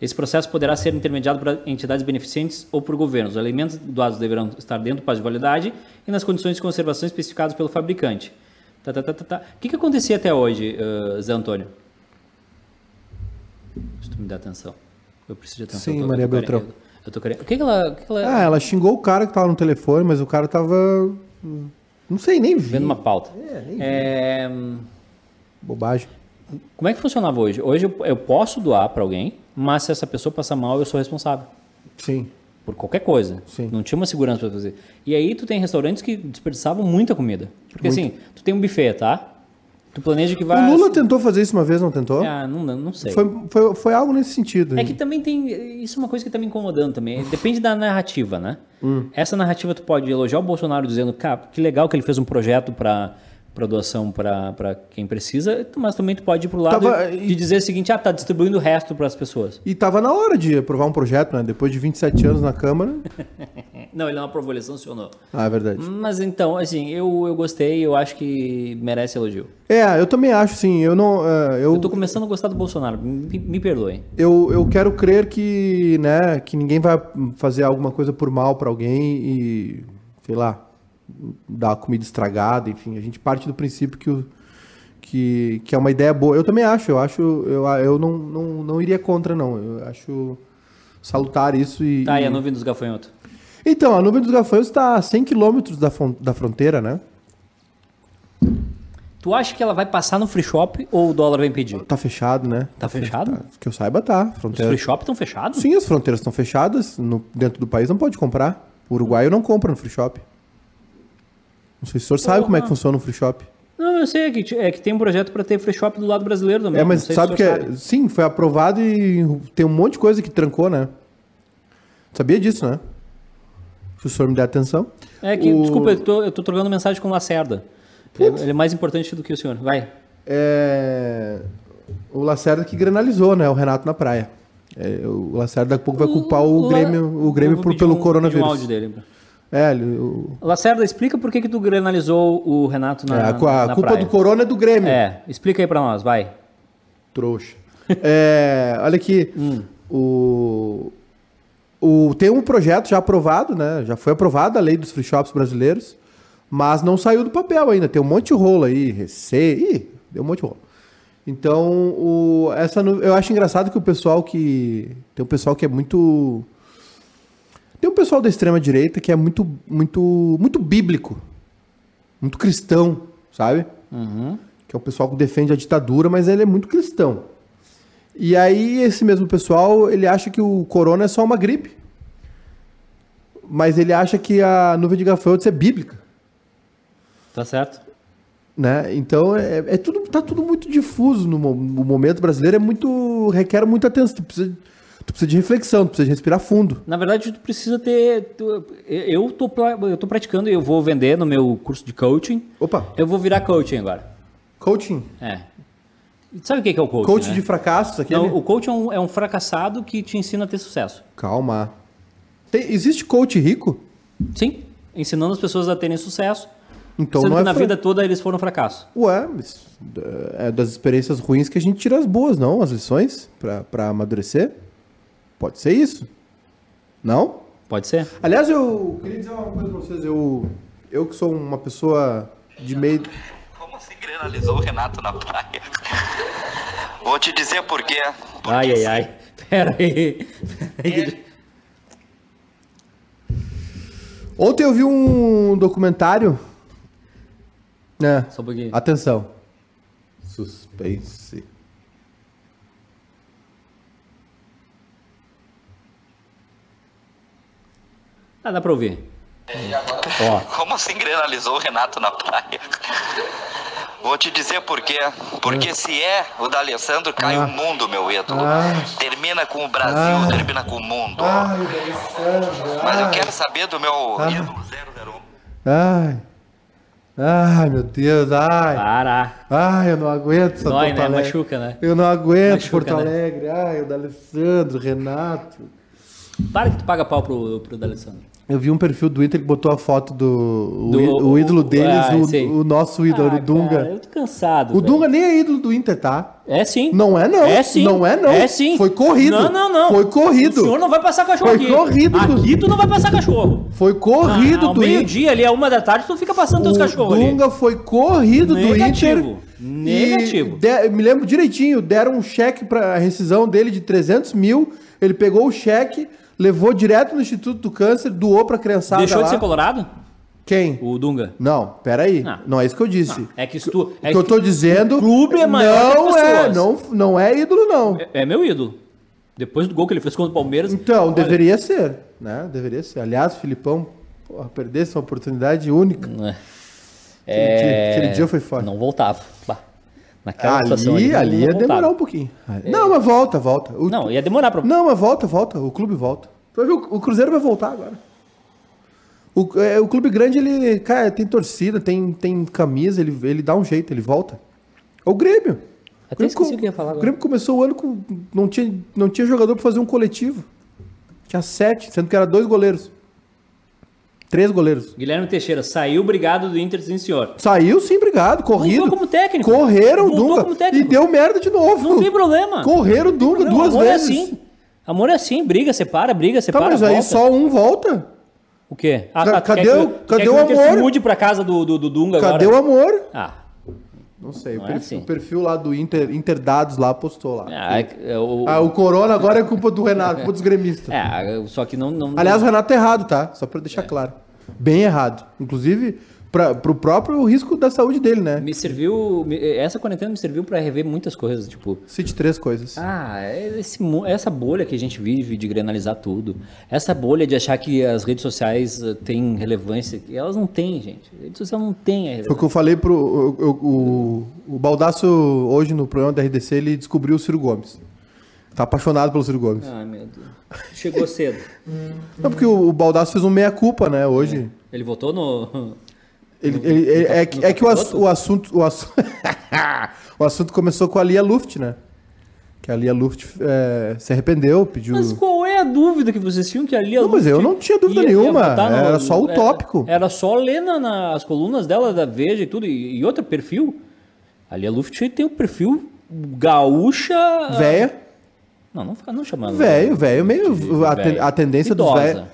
S1: Esse processo poderá ser intermediado por entidades beneficentes ou por governos. Os alimentos doados deverão estar dentro do prazo de validade e nas condições de conservação especificadas pelo fabricante. Tá, tá, tá, tá, tá. O que, que acontecia até hoje, eh, Zé Antônio? Se tu me dá atenção. Eu preciso de atenção.
S2: Sim,
S1: Eu tô-
S2: Maria
S1: eu tô care-
S2: Beltrão.
S1: Eu, eu tô querendo. O que, que ela. o que que ela-
S2: Ah, ela xingou o cara que tava no telefone, mas o cara tava. hum, Não sei, nem vi.
S1: Vendo uma pauta.
S2: É, nem vi.
S1: É, hum,
S2: Bobagem.
S1: Como é que funcionava hoje? Hoje eu, eu posso doar para alguém, mas se essa pessoa passar mal, eu sou responsável.
S2: Sim.
S1: Por qualquer coisa.
S2: Sim.
S1: Não tinha uma segurança para fazer. E aí tu tem restaurantes que desperdiçavam muita comida. Porque assim, tu tem um buffet, tá? Tu planeja que vai. assim.
S2: O Lula tentou fazer isso uma vez, não tentou?
S1: Ah, não, não sei.
S2: Foi, foi, foi algo nesse sentido.
S1: É que também tem. Isso é uma coisa que tá me incomodando também. Depende da narrativa, né?
S2: Hum.
S1: Essa narrativa tu pode elogiar o Bolsonaro dizendo, cara, que legal que ele fez um projeto para pra doação para quem precisa, mas também tu pode ir pro lado
S2: Tava-
S1: de, de dizer o seguinte, ah, tá distribuindo o resto para as pessoas.
S2: E tava na hora de aprovar um projeto, né? Depois de 27 anos na <laughs> Câmara.
S1: <laughs> Não, ele não aprovou, ele sancionou.
S2: Ah, é verdade.
S1: Mas então, assim, eu, eu gostei, eu acho que merece elogio.
S2: É, eu também acho, sim. Eu não. é, eu,
S1: Eu tô começando a gostar do Bolsonaro, me, me perdoem.
S2: eu, eu quero crer que, né, que ninguém vai fazer alguma coisa por mal pra alguém e, sei lá, dar comida estragada, enfim. A gente parte do princípio que, o, que, que é uma ideia boa. Eu também acho, eu acho, eu, eu não, não, não iria contra, não. Eu acho salutar isso e.
S1: Tá,
S2: e-
S1: e a nuvem dos gafanhotos?
S2: Então, a nuvem dos gafanhotos está a 100 quilômetros da, fron- da fronteira, né?
S1: Tu acha que ela vai passar no free shop ou o dólar vai impedir?
S2: Tá fechado, né?
S1: Tá fechado?
S2: Que eu saiba, tá.
S1: Os
S2: Fronteira...
S1: free shop estão fechados?
S2: Sim, as fronteiras estão fechadas. no- Dentro do país não pode comprar. O uruguaio não compra no free shop. Não sei se o senhor sabe como é que funciona o free shop.
S1: Não, eu sei, é que, ti- é que tem um projeto pra ter free shop do lado brasileiro também.
S2: É, mas
S1: não sei se
S2: sabe
S1: o
S2: que
S1: senhor
S2: é- sim, foi aprovado e tem um monte de coisa que trancou, né? Sabia disso, né? Se o senhor me der atenção.
S1: É que,
S2: O-
S1: desculpa, eu tô, eu tô trocando mensagem com o Lacerda. Ele, ele é mais importante do que o senhor. Vai.
S2: É... O Lacerda que granalizou, né? O Renato na praia. É, o Lacerda daqui a pouco vai culpar o,
S1: La-
S2: Grêmio, o
S1: eu
S2: Grêmio
S1: vou
S2: por,
S1: pedir
S2: pelo
S1: um- pedir
S2: coronavírus.
S1: Um áudio dele.
S2: É, ele- o-
S1: Lacerda, explica por que, que tu granalizou o Renato na,
S2: é, a, cu- a
S1: na
S2: culpa
S1: praia.
S2: do corona é do Grêmio.
S1: É, explica aí pra nós, vai.
S2: Trouxa. É, <laughs> olha aqui.
S1: Hum.
S2: O, o, tem um projeto já aprovado, né? Já foi aprovada a lei dos free shops brasileiros, mas não saiu do papel ainda. Tem um monte de rolo aí, receio. Ih, deu um monte de rolo. Então, o, essa, nu- eu acho engraçado que o pessoal que. Tem um pessoal que é muito. Tem um pessoal da extrema direita que é muito, muito, muito bíblico, muito cristão, sabe? que é o pessoal que defende a ditadura, mas ele é muito cristão. E aí esse mesmo pessoal, ele acha que o corona é só uma gripe. Mas ele acha que a nuvem de gafanhotos é bíblica,
S1: Tá certo?
S2: né? Então é, é tudo tá tudo muito difuso no mo- o momento brasileiro é muito requer muita atenção, tu precisa tu precisa de reflexão, tu precisa de respirar fundo.
S1: Na verdade, tu precisa ter. tu- eu, tô, pra- eu tô praticando e eu vou vender no meu curso de coaching.
S2: Opa,
S1: Eu vou virar coaching agora.
S2: coaching,
S1: É. E Sabe o que que é o coaching?
S2: coach
S1: né?
S2: de fracassos aqui.
S1: Não, o coach é um, é um fracassado que te ensina a ter sucesso.
S2: Calma. Tem- existe coach rico?
S1: Sim. Ensinando as pessoas a terem sucesso.
S2: Então
S1: sendo
S2: não
S1: que
S2: é
S1: na
S2: fra-
S1: vida toda eles foram fracasso.
S2: Ué, mas é das experiências ruins que a gente tira as boas, não? As lições pra, pra amadurecer? Pode ser isso? Não?
S1: Pode ser?
S2: Aliás, eu queria dizer uma coisa pra vocês. Eu, eu que sou uma pessoa de meio.
S3: Como assim granalizou o Renato na praia? Vou te dizer por quê.
S1: Ai, ai, <laughs> ai. Pera aí. Pera aí.
S2: Ontem eu vi um documentário. né?
S1: Só um pouquinho.
S2: Atenção. Suspense.
S1: Ah, dá pra ouvir. Ó,
S3: Como assim grenalizou o Renato na praia? Vou te dizer por quê. Porque se é o da Alessandro, cai
S2: Ah.
S3: o mundo, meu ídolo.
S2: Ah.
S3: Termina com o Brasil,
S2: Ah.
S3: termina com o mundo.
S2: Ai, Alessandro.
S3: Mas eu
S2: ai.
S3: quero saber do meu
S2: Ah.
S3: ídolo 001.
S2: Ai. Ai, meu Deus, ai.
S1: para.
S2: Ai, eu não aguento essa
S1: Dói,
S2: Porto
S1: né?
S2: Alegre.
S1: Machuca, né?
S2: Eu não aguento
S1: Machuca,
S2: Porto
S1: né?
S2: Alegre. Ai, o D'Alessandro, Renato.
S1: Para que tu paga pau pro, pro D'Alessandro.
S2: Eu vi um perfil do Inter que botou a foto do, o
S1: Do-
S2: í- o,
S1: o-
S2: ídolo
S1: o-
S2: deles,
S1: ah,
S2: o-
S1: sei.
S2: o, nosso ídolo,
S1: Ah,
S2: o Dunga.
S1: cara, eu tô cansado.
S2: o
S1: velho.
S2: Dunga nem é ídolo do Inter, tá?
S1: É sim.
S2: Não é não.
S1: É sim.
S2: Não é não.
S1: É sim.
S2: Foi corrido.
S1: Não, não, não.
S2: Foi corrido.
S1: O senhor não vai passar cachorro
S2: Foi
S1: aqui.
S2: corrido, tu-
S1: Aqui tu não vai passar cachorro.
S2: Foi corrido
S1: Ao
S2: do Inter.
S1: meio-dia ali, a uma da tarde, tu fica passando teus
S2: O
S1: cachorros ali.
S2: Dunga foi corrido
S1: Negativo.
S2: do Inter. e
S1: Negativo.
S2: de- me lembro direitinho, deram um cheque para a rescisão dele de 300 mil. Ele pegou o cheque, levou direto no Instituto do Câncer, doou pra criançada
S1: Deixou
S2: lá.
S1: de ser colorado?
S2: Quem?
S1: O Dunga.
S2: Não, peraí.
S1: Não.
S2: Não. é isso que eu disse.
S1: É que se tu.
S2: O
S1: É,
S2: que eu tô dizendo.
S1: clube é maior
S2: não
S1: que as
S2: é,
S1: pessoas.
S2: não, não é ídolo, não.
S1: que- é meu ídolo. Depois do gol que ele fez contra o Palmeiras.
S2: Então,
S1: olha,
S2: deveria ser, né? Deveria ser. Aliás, Filipão, porra, perdesse uma oportunidade única.
S1: É...
S2: dia- aquele dia foi forte.
S1: Não voltava. Bah. Naquela situação
S2: Ali,
S1: não-
S2: ali
S1: não
S2: ia
S1: voltava.
S2: demorar um pouquinho. Não, mas volta, volta. O-
S1: Não, ia demorar pra.
S2: Não, mas volta, volta. O clube volta. Tu vai ver, o o Cruzeiro vai voltar agora. O, é, o clube grande, ele, cara, tem torcida, tem, tem camisa, ele, ele dá um jeito, ele volta. É o Grêmio.
S1: Até
S2: O Grêmio
S1: esqueci
S2: co-
S1: o que eu ia falar
S2: O
S1: agora.
S2: Grêmio começou o ano com. Não tinha, não tinha jogador pra fazer um coletivo. Tinha sete, sendo que era dois goleiros. Três goleiros.
S1: Guilherme Teixeira saiu, obrigado do Inter, sim senhor.
S2: Saiu sim, obrigado. Corrido.
S1: como técnico.
S2: Correram o
S1: Voltou
S2: Dunga.
S1: como técnico.
S2: E deu merda de novo.
S1: Não tem problema.
S2: Correram o Dunga
S1: Não,
S2: duas
S1: amor
S2: vezes.
S1: é assim. Amor é assim, briga, separa, briga,
S2: Tá,
S1: separa.
S2: mas aí
S1: volta.
S2: só um volta.
S1: O quê? Ah,
S2: Ca-
S1: tu
S2: cadê
S1: quer que
S2: o-
S1: tu
S2: cadê
S1: quer que
S2: o
S1: Inter se
S2: amor?
S1: mude pra casa do, do, do Dunga
S2: Cadê
S1: agora?
S2: o amor?
S1: Ah,
S2: Não sei,
S1: Não
S2: o,
S1: é assim.
S2: perfil, o perfil lá do Inter, Interdados lá postou lá.
S1: ah, é, é o,
S2: Ah, o Corona agora é culpa do Renato, culpa dos gremistas.
S1: <laughs> é, só que não... não
S2: Aliás, o Renato é errado, tá? Só pra deixar claro. Bem errado. Inclusive, pra, pro próprio risco da saúde dele, né?
S1: me serviu... me- essa quarentena me serviu pra rever muitas coisas, tipo...
S2: Cite três coisas.
S1: Ah, esse mu- essa bolha que a gente vive de granalizar tudo, essa bolha de achar que as redes sociais eh, têm relevância, e elas não têm, gente. A rede social não tem a
S2: Foi o
S1: relevância.
S2: que eu falei pro. o- o, o, o Baldaço, hoje no programa da RDC, ele descobriu o Ciro Gomes. Tá apaixonado pelo Ciro Gomes.
S1: Ai, meu Deus. Chegou cedo. É.
S2: Não, porque o, o Baldaço fez um meia-culpa, né, hoje.
S1: Ele votou no... <laughs>
S2: Ele- ele- ele-
S1: tá
S2: é, que, é que o, ass- o assunto. O, assu- <laughs> o assunto começou com a Lia Luft, né? Que a Lia Luft é, se arrependeu, pediu.
S1: Mas qual é a dúvida que vocês tinham que ali... a
S2: Não, mas
S1: Lúcia
S2: eu não tinha dúvida nenhuma,
S1: votar é,
S2: era só o tópico.
S1: Era, só ler na- nas colunas dela, da Veja e tudo, e, e outro perfil. Ali a Luft tem um perfil gaúcha...
S2: Véia.
S1: ah, Não, não, fica- não chamando.
S2: Velho, velho, meio.
S1: de
S2: a,
S1: velho.
S2: ten- a tendência dos
S1: Idosa. Ah.
S2: velhos.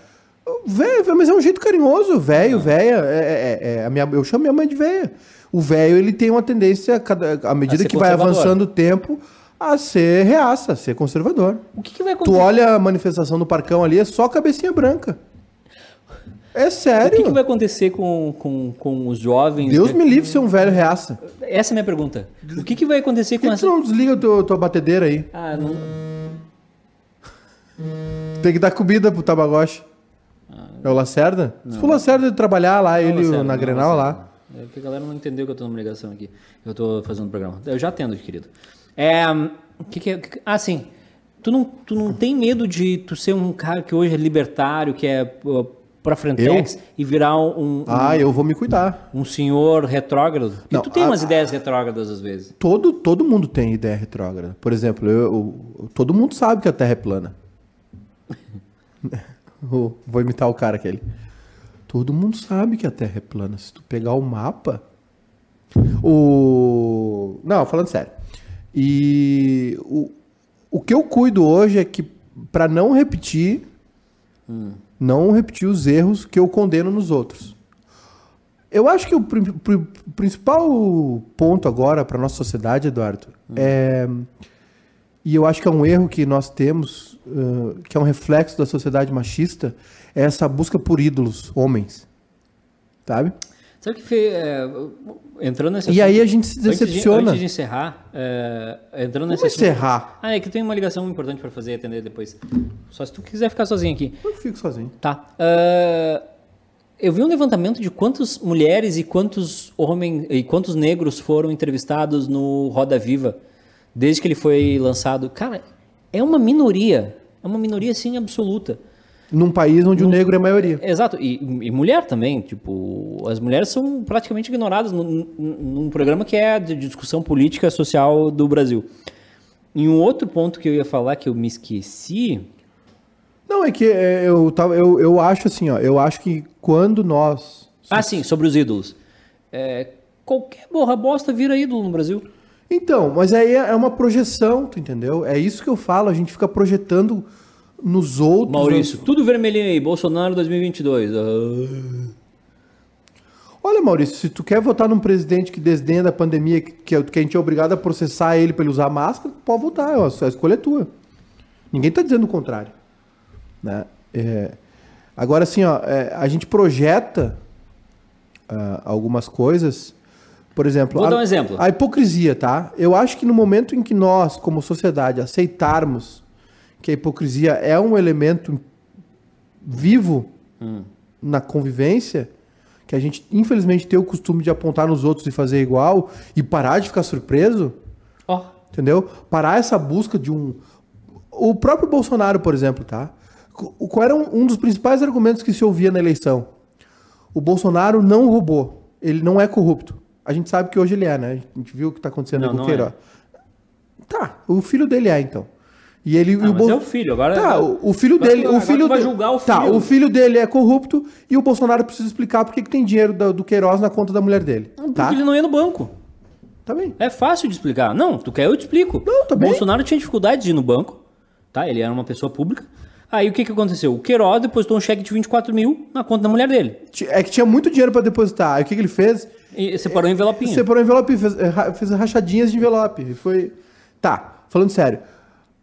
S2: Velho, velho, mas é um jeito carinhoso, velho, véia. É, é- é- a minha, eu chamo minha mãe de véia. O velho, ele tem uma tendência, cada- à medida
S1: ser
S2: que vai
S1: conservador.
S2: avançando o tempo, a ser reaça, a ser conservador.
S1: O que, que vai
S2: Tu
S1: acontecer?
S2: olha a manifestação no parcão ali, é só cabecinha branca. É
S1: O
S2: sério.
S1: que, que vai acontecer com, com, com os jovens?
S2: Deus me livre ser um velho reaça. Por
S1: Essa é a minha pergunta. O que, que vai acontecer
S2: que
S1: com
S2: que
S1: essa.
S2: tu não desliga tua, tua batedeira aí?
S1: Ah, não.
S2: Tem que dar comida pro Tabagoche. É o Lacerda? Se o Lacerda trabalhar lá, ele
S1: Fala sério,
S2: na
S1: Ah. não, sério.
S2: Grenal lá.
S1: É porque a galera não entendeu que eu tô numa ligação aqui. Eu tô fazendo o programa. Eu já atendo, querido. É. hum, Que que é- que- ah, sim. Tu não, tu não tem medo de tu ser um cara que hoje é libertário, que é pô, pra Frentex e virar um, um,
S2: Ah, eu vou me cuidar.
S1: um senhor retrógrado? Porque
S2: Não,
S1: tu tem
S2: a-
S1: umas ideias retrógradas às vezes.
S2: Todo, todo mundo tem ideia retrógrada. Por exemplo, eu, eu- todo mundo sabe que a Terra é plana. <laughs> vou vou imitar o cara aquele. Todo mundo sabe que a Terra é plana. Se tu pegar o mapa. O. Não, falando sério. E o, o que eu cuido hoje é que, pra não repetir, não repetir os erros que eu condeno nos outros. Eu acho que o prin- prin- principal ponto agora para nossa sociedade, Eduardo,
S1: Hum.
S2: é e eu acho que é um erro que nós temos, ãh, que é um reflexo da sociedade machista, é essa busca por ídolos, homens, sabe?
S1: Sabe o que foi, é, entrando nesse
S2: E aí a gente se
S1: antes de- Antes de,
S2: decepciona.
S1: encerrar, é, entrando nesse
S2: Vamos encerrar.
S1: Ah, é que tem uma ligação importante pra fazer e atender depois. Só se tu quiser ficar sozinho aqui.
S2: Eu fico sozinho.
S1: Tá. Ah, Tá, Eu vi um levantamento de quantas mulheres e quantos homens e quantos negros foram entrevistados no Roda Viva desde que ele foi lançado. Cara, é uma minoria, é uma minoria assim absoluta.
S2: Num país onde o negro é a maioria.
S1: Exato, e, e mulher também, tipo, as mulheres são praticamente ignoradas num, num- num programa que é de discussão política e social do Brasil. E um outro ponto que eu ia falar que eu me esqueci,
S2: Não, é que é, eu, tava- eu, eu acho assim, ó. Eu acho que quando nós.
S1: ah sim, sobre os ídolos. É, qualquer borra bosta vira ídolo no Brasil.
S2: Então, mas aí é é uma projeção, tu entendeu? É isso que eu falo, a gente fica projetando nos outros.
S1: Maurício, tudo vermelhinho aí, Bolsonaro 2022. Ah,
S2: Olha, Maurício, se tu quer votar num presidente que desdenha da pandemia, que, que é- que a gente é obrigado a processar ele pra ele usar máscara, tu pode votar, é uma- a escolha é tua. Ninguém tá dizendo o contrário. Né? É, agora, assim, ó, é, a gente projeta ah, algumas coisas, por exemplo...
S1: Vou
S2: a,
S1: dar um exemplo.
S2: A hipocrisia, tá? Eu acho que no momento em que nós, como sociedade, aceitarmos que a hipocrisia é um elemento vivo na convivência, que a gente infelizmente tem o costume de apontar nos outros e fazer igual e parar de ficar surpreso,
S1: Ó,
S2: entendeu? Parar essa busca de um o próprio Bolsonaro, por exemplo, tá? Qu- Qual era um, um dos principais argumentos que se ouvia na eleição? O Bolsonaro não roubou, ele não é corrupto. A gente sabe que hoje ele é, né? A gente viu o que tá acontecendo
S1: Não, é.
S2: com o
S1: não
S2: Queiroz. Tá, o filho dele é então. E ele e
S1: ah, mas
S2: Bol-
S1: é o filho, agora
S2: Tá, o, o filho
S1: Agora tu-
S2: dele.
S1: agora
S2: O
S1: tu
S2: filho
S1: vai
S2: de-
S1: julgar o
S2: Tá,
S1: filho.
S2: o filho dele é corrupto e o Bolsonaro precisa explicar por que que tem dinheiro da- do, Queiroz na conta da mulher dele.
S1: porque
S2: Tá?
S1: ele não ia no banco.
S2: Tá bem.
S1: É fácil de explicar. Não, tu quer, eu te explico.
S2: Não, tá bem.
S1: Bolsonaro tinha dificuldade de ir no banco, tá? Ele era uma pessoa pública. Aí o que que aconteceu? O Queiroz depositou um cheque de 24 mil na conta da mulher dele.
S2: Ti- É que tinha muito dinheiro pra depositar. Aí o que, que ele fez?
S1: E separou o envelopinho.
S2: Separou envelope, e fez, eh, ra- fez rachadinhas de envelope. E foi. Tá, falando sério.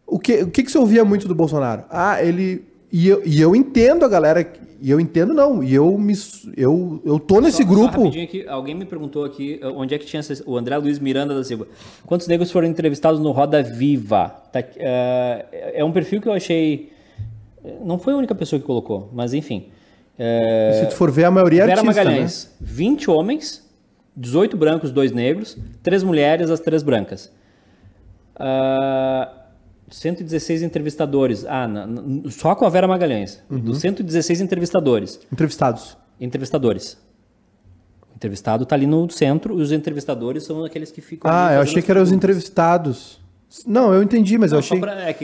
S2: O que, o que, que você ouvia muito do Bolsonaro? Ah, ele. E eu, e eu entendo a galera. E eu entendo, não. E eu me. su- Eu, eu tô nesse
S1: Só- só
S2: grupo.
S1: rapidinho aqui, alguém me perguntou aqui eh, onde é que tinha essa- o André Luiz Miranda da Silva. Quantos negros foram entrevistados no Roda Viva? Tá aqui, eh, é um perfil que eu achei. uh, Não foi a única pessoa que colocou, mas enfim. Eh,
S2: Se tu for ver, a maioria é
S1: Vera
S2: artista, né?
S1: Magalhães, 20 homens, 18 brancos, 2 negros, 3 mulheres, as 3 brancas. Ah, 116 entrevistadores. Ah, na- na- só com a Vera Magalhães.
S2: Uhum.
S1: Dos 116 entrevistadores.
S2: Entrevistados.
S1: Entrevistadores. O entrevistado tá ali no centro e os entrevistadores são aqueles que ficam.
S2: Ah, eu achei que eram os entrevistados. Não, eu entendi, mas eu achei.
S1: é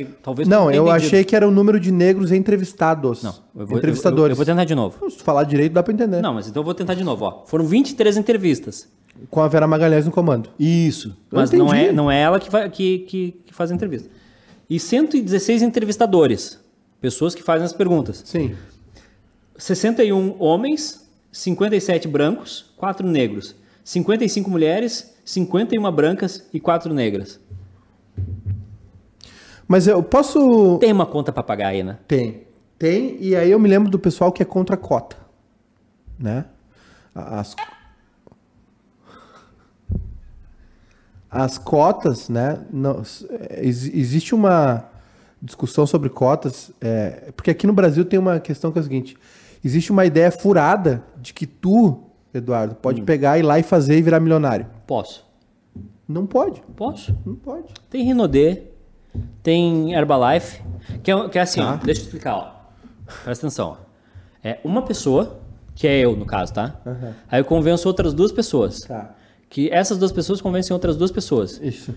S2: Não, eu achei que era o número de negros entrevistados. Não,
S1: Eu vou, entrevistadores. Eu,
S2: entrevistadores.
S1: vou tentar de novo.
S2: Se tu falar direito, dá pra entender.
S1: Não, mas então eu vou tentar de novo. Ó. Foram 23 entrevistas.
S2: Com a Vera Magalhães no comando.
S1: Isso.
S2: Eu
S1: Mas não é,
S2: entendi.
S1: não é ela que, vai- que, que, que faz a entrevista. E 116 entrevistadores, pessoas que fazem as perguntas.
S2: Sim.
S1: 61 homens, 57 brancos, 4 negros. 55 mulheres, 51 brancas e 4 negras.
S2: Mas eu posso.
S1: Tem uma conta pra pagar aí, né?
S2: Tem. Tem, e aí eu me lembro do pessoal que é contra a cota. Né? A- As, as cotas, né? Não, s- é, ex- existe uma discussão sobre cotas, é, porque aqui no Brasil tem uma questão que é o seguinte: existe uma ideia furada de que tu, Eduardo,
S1: Hum.
S2: pode pegar e ir lá e fazer e virar milionário.
S1: Posso.
S2: Não pode,
S1: Posso.
S2: não pode.
S1: Tem Rinodê, tem Herbalife, que é, que é assim, ó,
S2: Tá.
S1: deixa eu explicar, ó. Presta atenção. ó. É uma pessoa, que é eu no caso, tá? Aí eu convenço outras duas pessoas.
S2: Tá.
S1: Que essas duas pessoas convencem outras duas pessoas.
S2: Isso.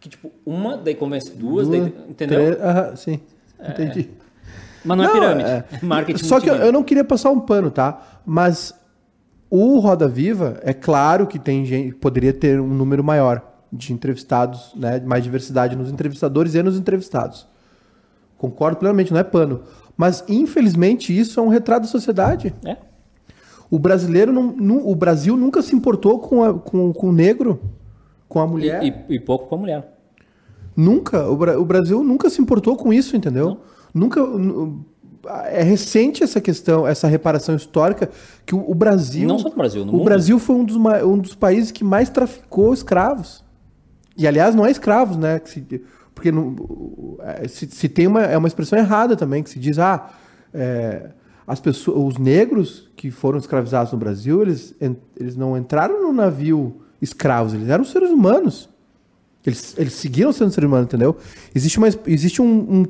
S1: Que tipo, uma daí convence duas, daí, entendeu? É.
S2: Três- aham, sim, entendi.
S1: Mas não, é pirâmide.
S2: é.
S1: É marketing.
S2: Só que eu,
S1: multinível.
S2: eu não queria passar um pano, tá? Mas o Roda Viva, é claro que tem gente, poderia ter um número maior de entrevistados, né? Mais diversidade nos entrevistadores e nos entrevistados. Concordo plenamente, não é pano. Mas infelizmente isso é um retrato da sociedade.
S1: É.
S2: O brasileiro não, nu- o Brasil nunca se importou com, a- com, com o negro, com a mulher.
S1: E, e- e pouco pra mulher.
S2: Nunca. O, Bra- o Brasil nunca se importou com isso, entendeu? Nunca. nu- É recente essa questão, essa reparação histórica, que o, o Brasil.
S1: Não só no Brasil, no
S2: O
S1: mundo.
S2: Brasil foi um dos, ma- um dos países que mais traficou escravos. E, aliás, não é escravos, né? que se- porque não- é, se, se tem uma, é uma expressão errada também, que se diz, ah, é, as pessoas, os negros que foram escravizados no Brasil, eles, en- eles não entraram no navio escravos, eles eram seres humanos. Eles, eles seguiram sendo seres humanos, entendeu? Existe uma, es- existe um- um-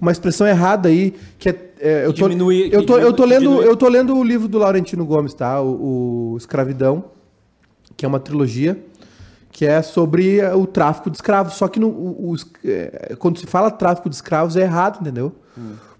S2: uma expressão errada aí que é. é, eu,
S1: Que
S2: tô,
S1: diminui-
S2: eu,
S1: que
S2: tô, eu, tô
S1: diminui-
S2: lendo,
S1: diminui.
S2: eu tô lendo o livro do Laurentino Gomes, tá? O, o Escravidão, que é uma trilogia, que é sobre eh, o tráfico de escravos. Só que no, o- os- eh, quando se fala tráfico de escravos é errado, entendeu?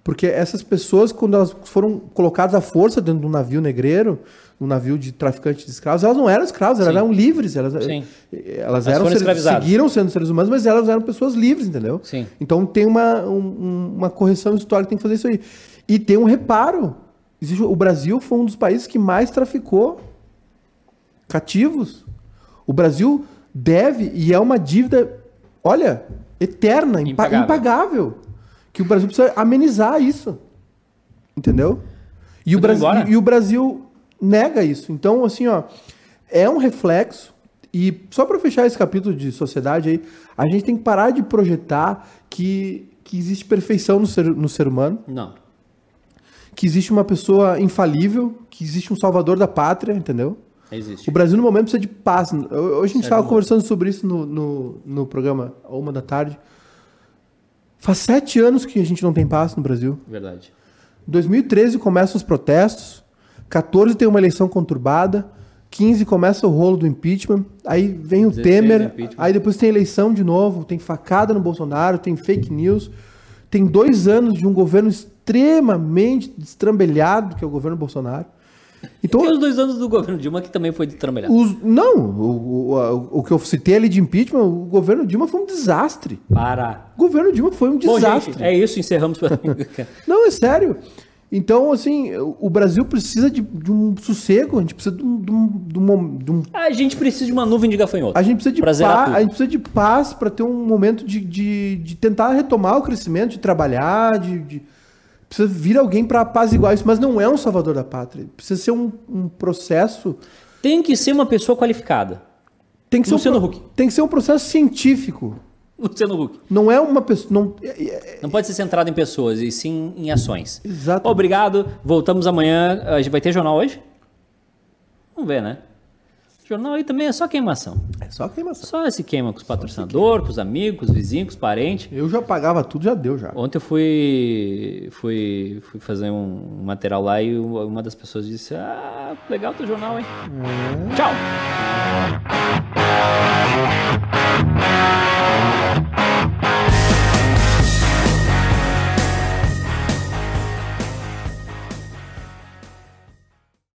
S2: Porque essas pessoas, quando elas foram colocadas à força dentro de um navio negreiro, um navio de traficante de escravos, elas não eram escravos, elas
S1: Sim.
S2: eram livres. Elas, eh,
S1: Sim.
S2: elas
S1: Elas
S2: eram
S1: foram
S2: seres-
S1: escravizadas.
S2: seguiram sendo seres humanos, mas elas eram pessoas livres, entendeu?
S1: Sim.
S2: Então tem uma, um- uma correção histórica, tem que fazer isso aí. E tem um reparo. Existe- O Brasil foi um dos países que mais traficou cativos. O Brasil deve e é uma dívida, olha, eterna, impa- impagável.
S1: Impagável.
S2: Que o Brasil precisa amenizar isso. Entendeu? E o,
S1: Tudo
S2: Brasil,
S1: embora?
S2: e o Brasil nega isso. Então, assim, ó, é um reflexo. E só para fechar esse capítulo de sociedade aí, a gente tem que parar de projetar que, que existe perfeição no ser, no ser humano
S1: Não.
S2: que existe uma pessoa infalível, que existe um salvador da pátria, entendeu?
S1: Existe.
S2: O Brasil, no momento, precisa de paz. Hoje a gente estava
S1: Sério?
S2: conversando sobre isso no, no, no programa, a uma da tarde. Faz sete anos que a gente não tem paz no Brasil.
S1: Verdade.
S2: 2013 começam os protestos, 14 tem uma eleição conturbada, 15 começa o rolo do impeachment, aí vem o
S1: 16
S2: Temer,
S1: impeachment.
S2: aí depois tem eleição de novo, tem facada no Bolsonaro, tem fake news, tem dois anos de um governo extremamente destrambelhado, que é o governo Bolsonaro. Então,
S1: Tem os dois anos do governo Dilma que também foi de trabalhar.
S2: os- não, o, o- a- o que eu citei ali de impeachment, o governo Dilma foi um desastre.
S1: Para.
S2: O governo Dilma foi um
S1: Bom,
S2: desastre.
S1: gente, é isso. Encerramos. pela-
S2: <laughs> Não, é sério. Então, assim, o o Brasil precisa de, de um sossego, a gente precisa de um. de um- de um mom- de um-
S1: a gente precisa de uma nuvem de gafanhoto.
S2: a gente precisa de
S1: Pra zerar
S2: paz.
S1: tudo.
S2: A gente precisa de paz para ter um momento de, de, de tentar retomar o crescimento, de trabalhar, de. de- Precisa vir alguém para apaziguar isso, mas não é um salvador da pátria. Precisa ser um, um processo.
S1: Tem que ser uma pessoa qualificada.
S2: Tem que ser, um,
S1: Luciano
S2: pro-
S1: Huck.
S2: tem que ser um processo científico.
S1: Luciano Huck.
S2: Não é uma pessoa. Não, é- é-
S1: Não pode ser centrado em pessoas, e sim em ações.
S2: Exato.
S1: Obrigado. Voltamos amanhã. A gente vai ter jornal hoje? Vamos ver, né? Jornal aí também é só queimação.
S2: é só queimação.
S1: Só se queima com os patrocinadores, com os amigos, com os vizinhos, com os parentes.
S2: Eu já pagava tudo, já deu já.
S1: Ontem eu fui, fui, fui fazer um material lá e uma uma das pessoas disse: Hum. Ah, legal teu jornal, hein? Tchau!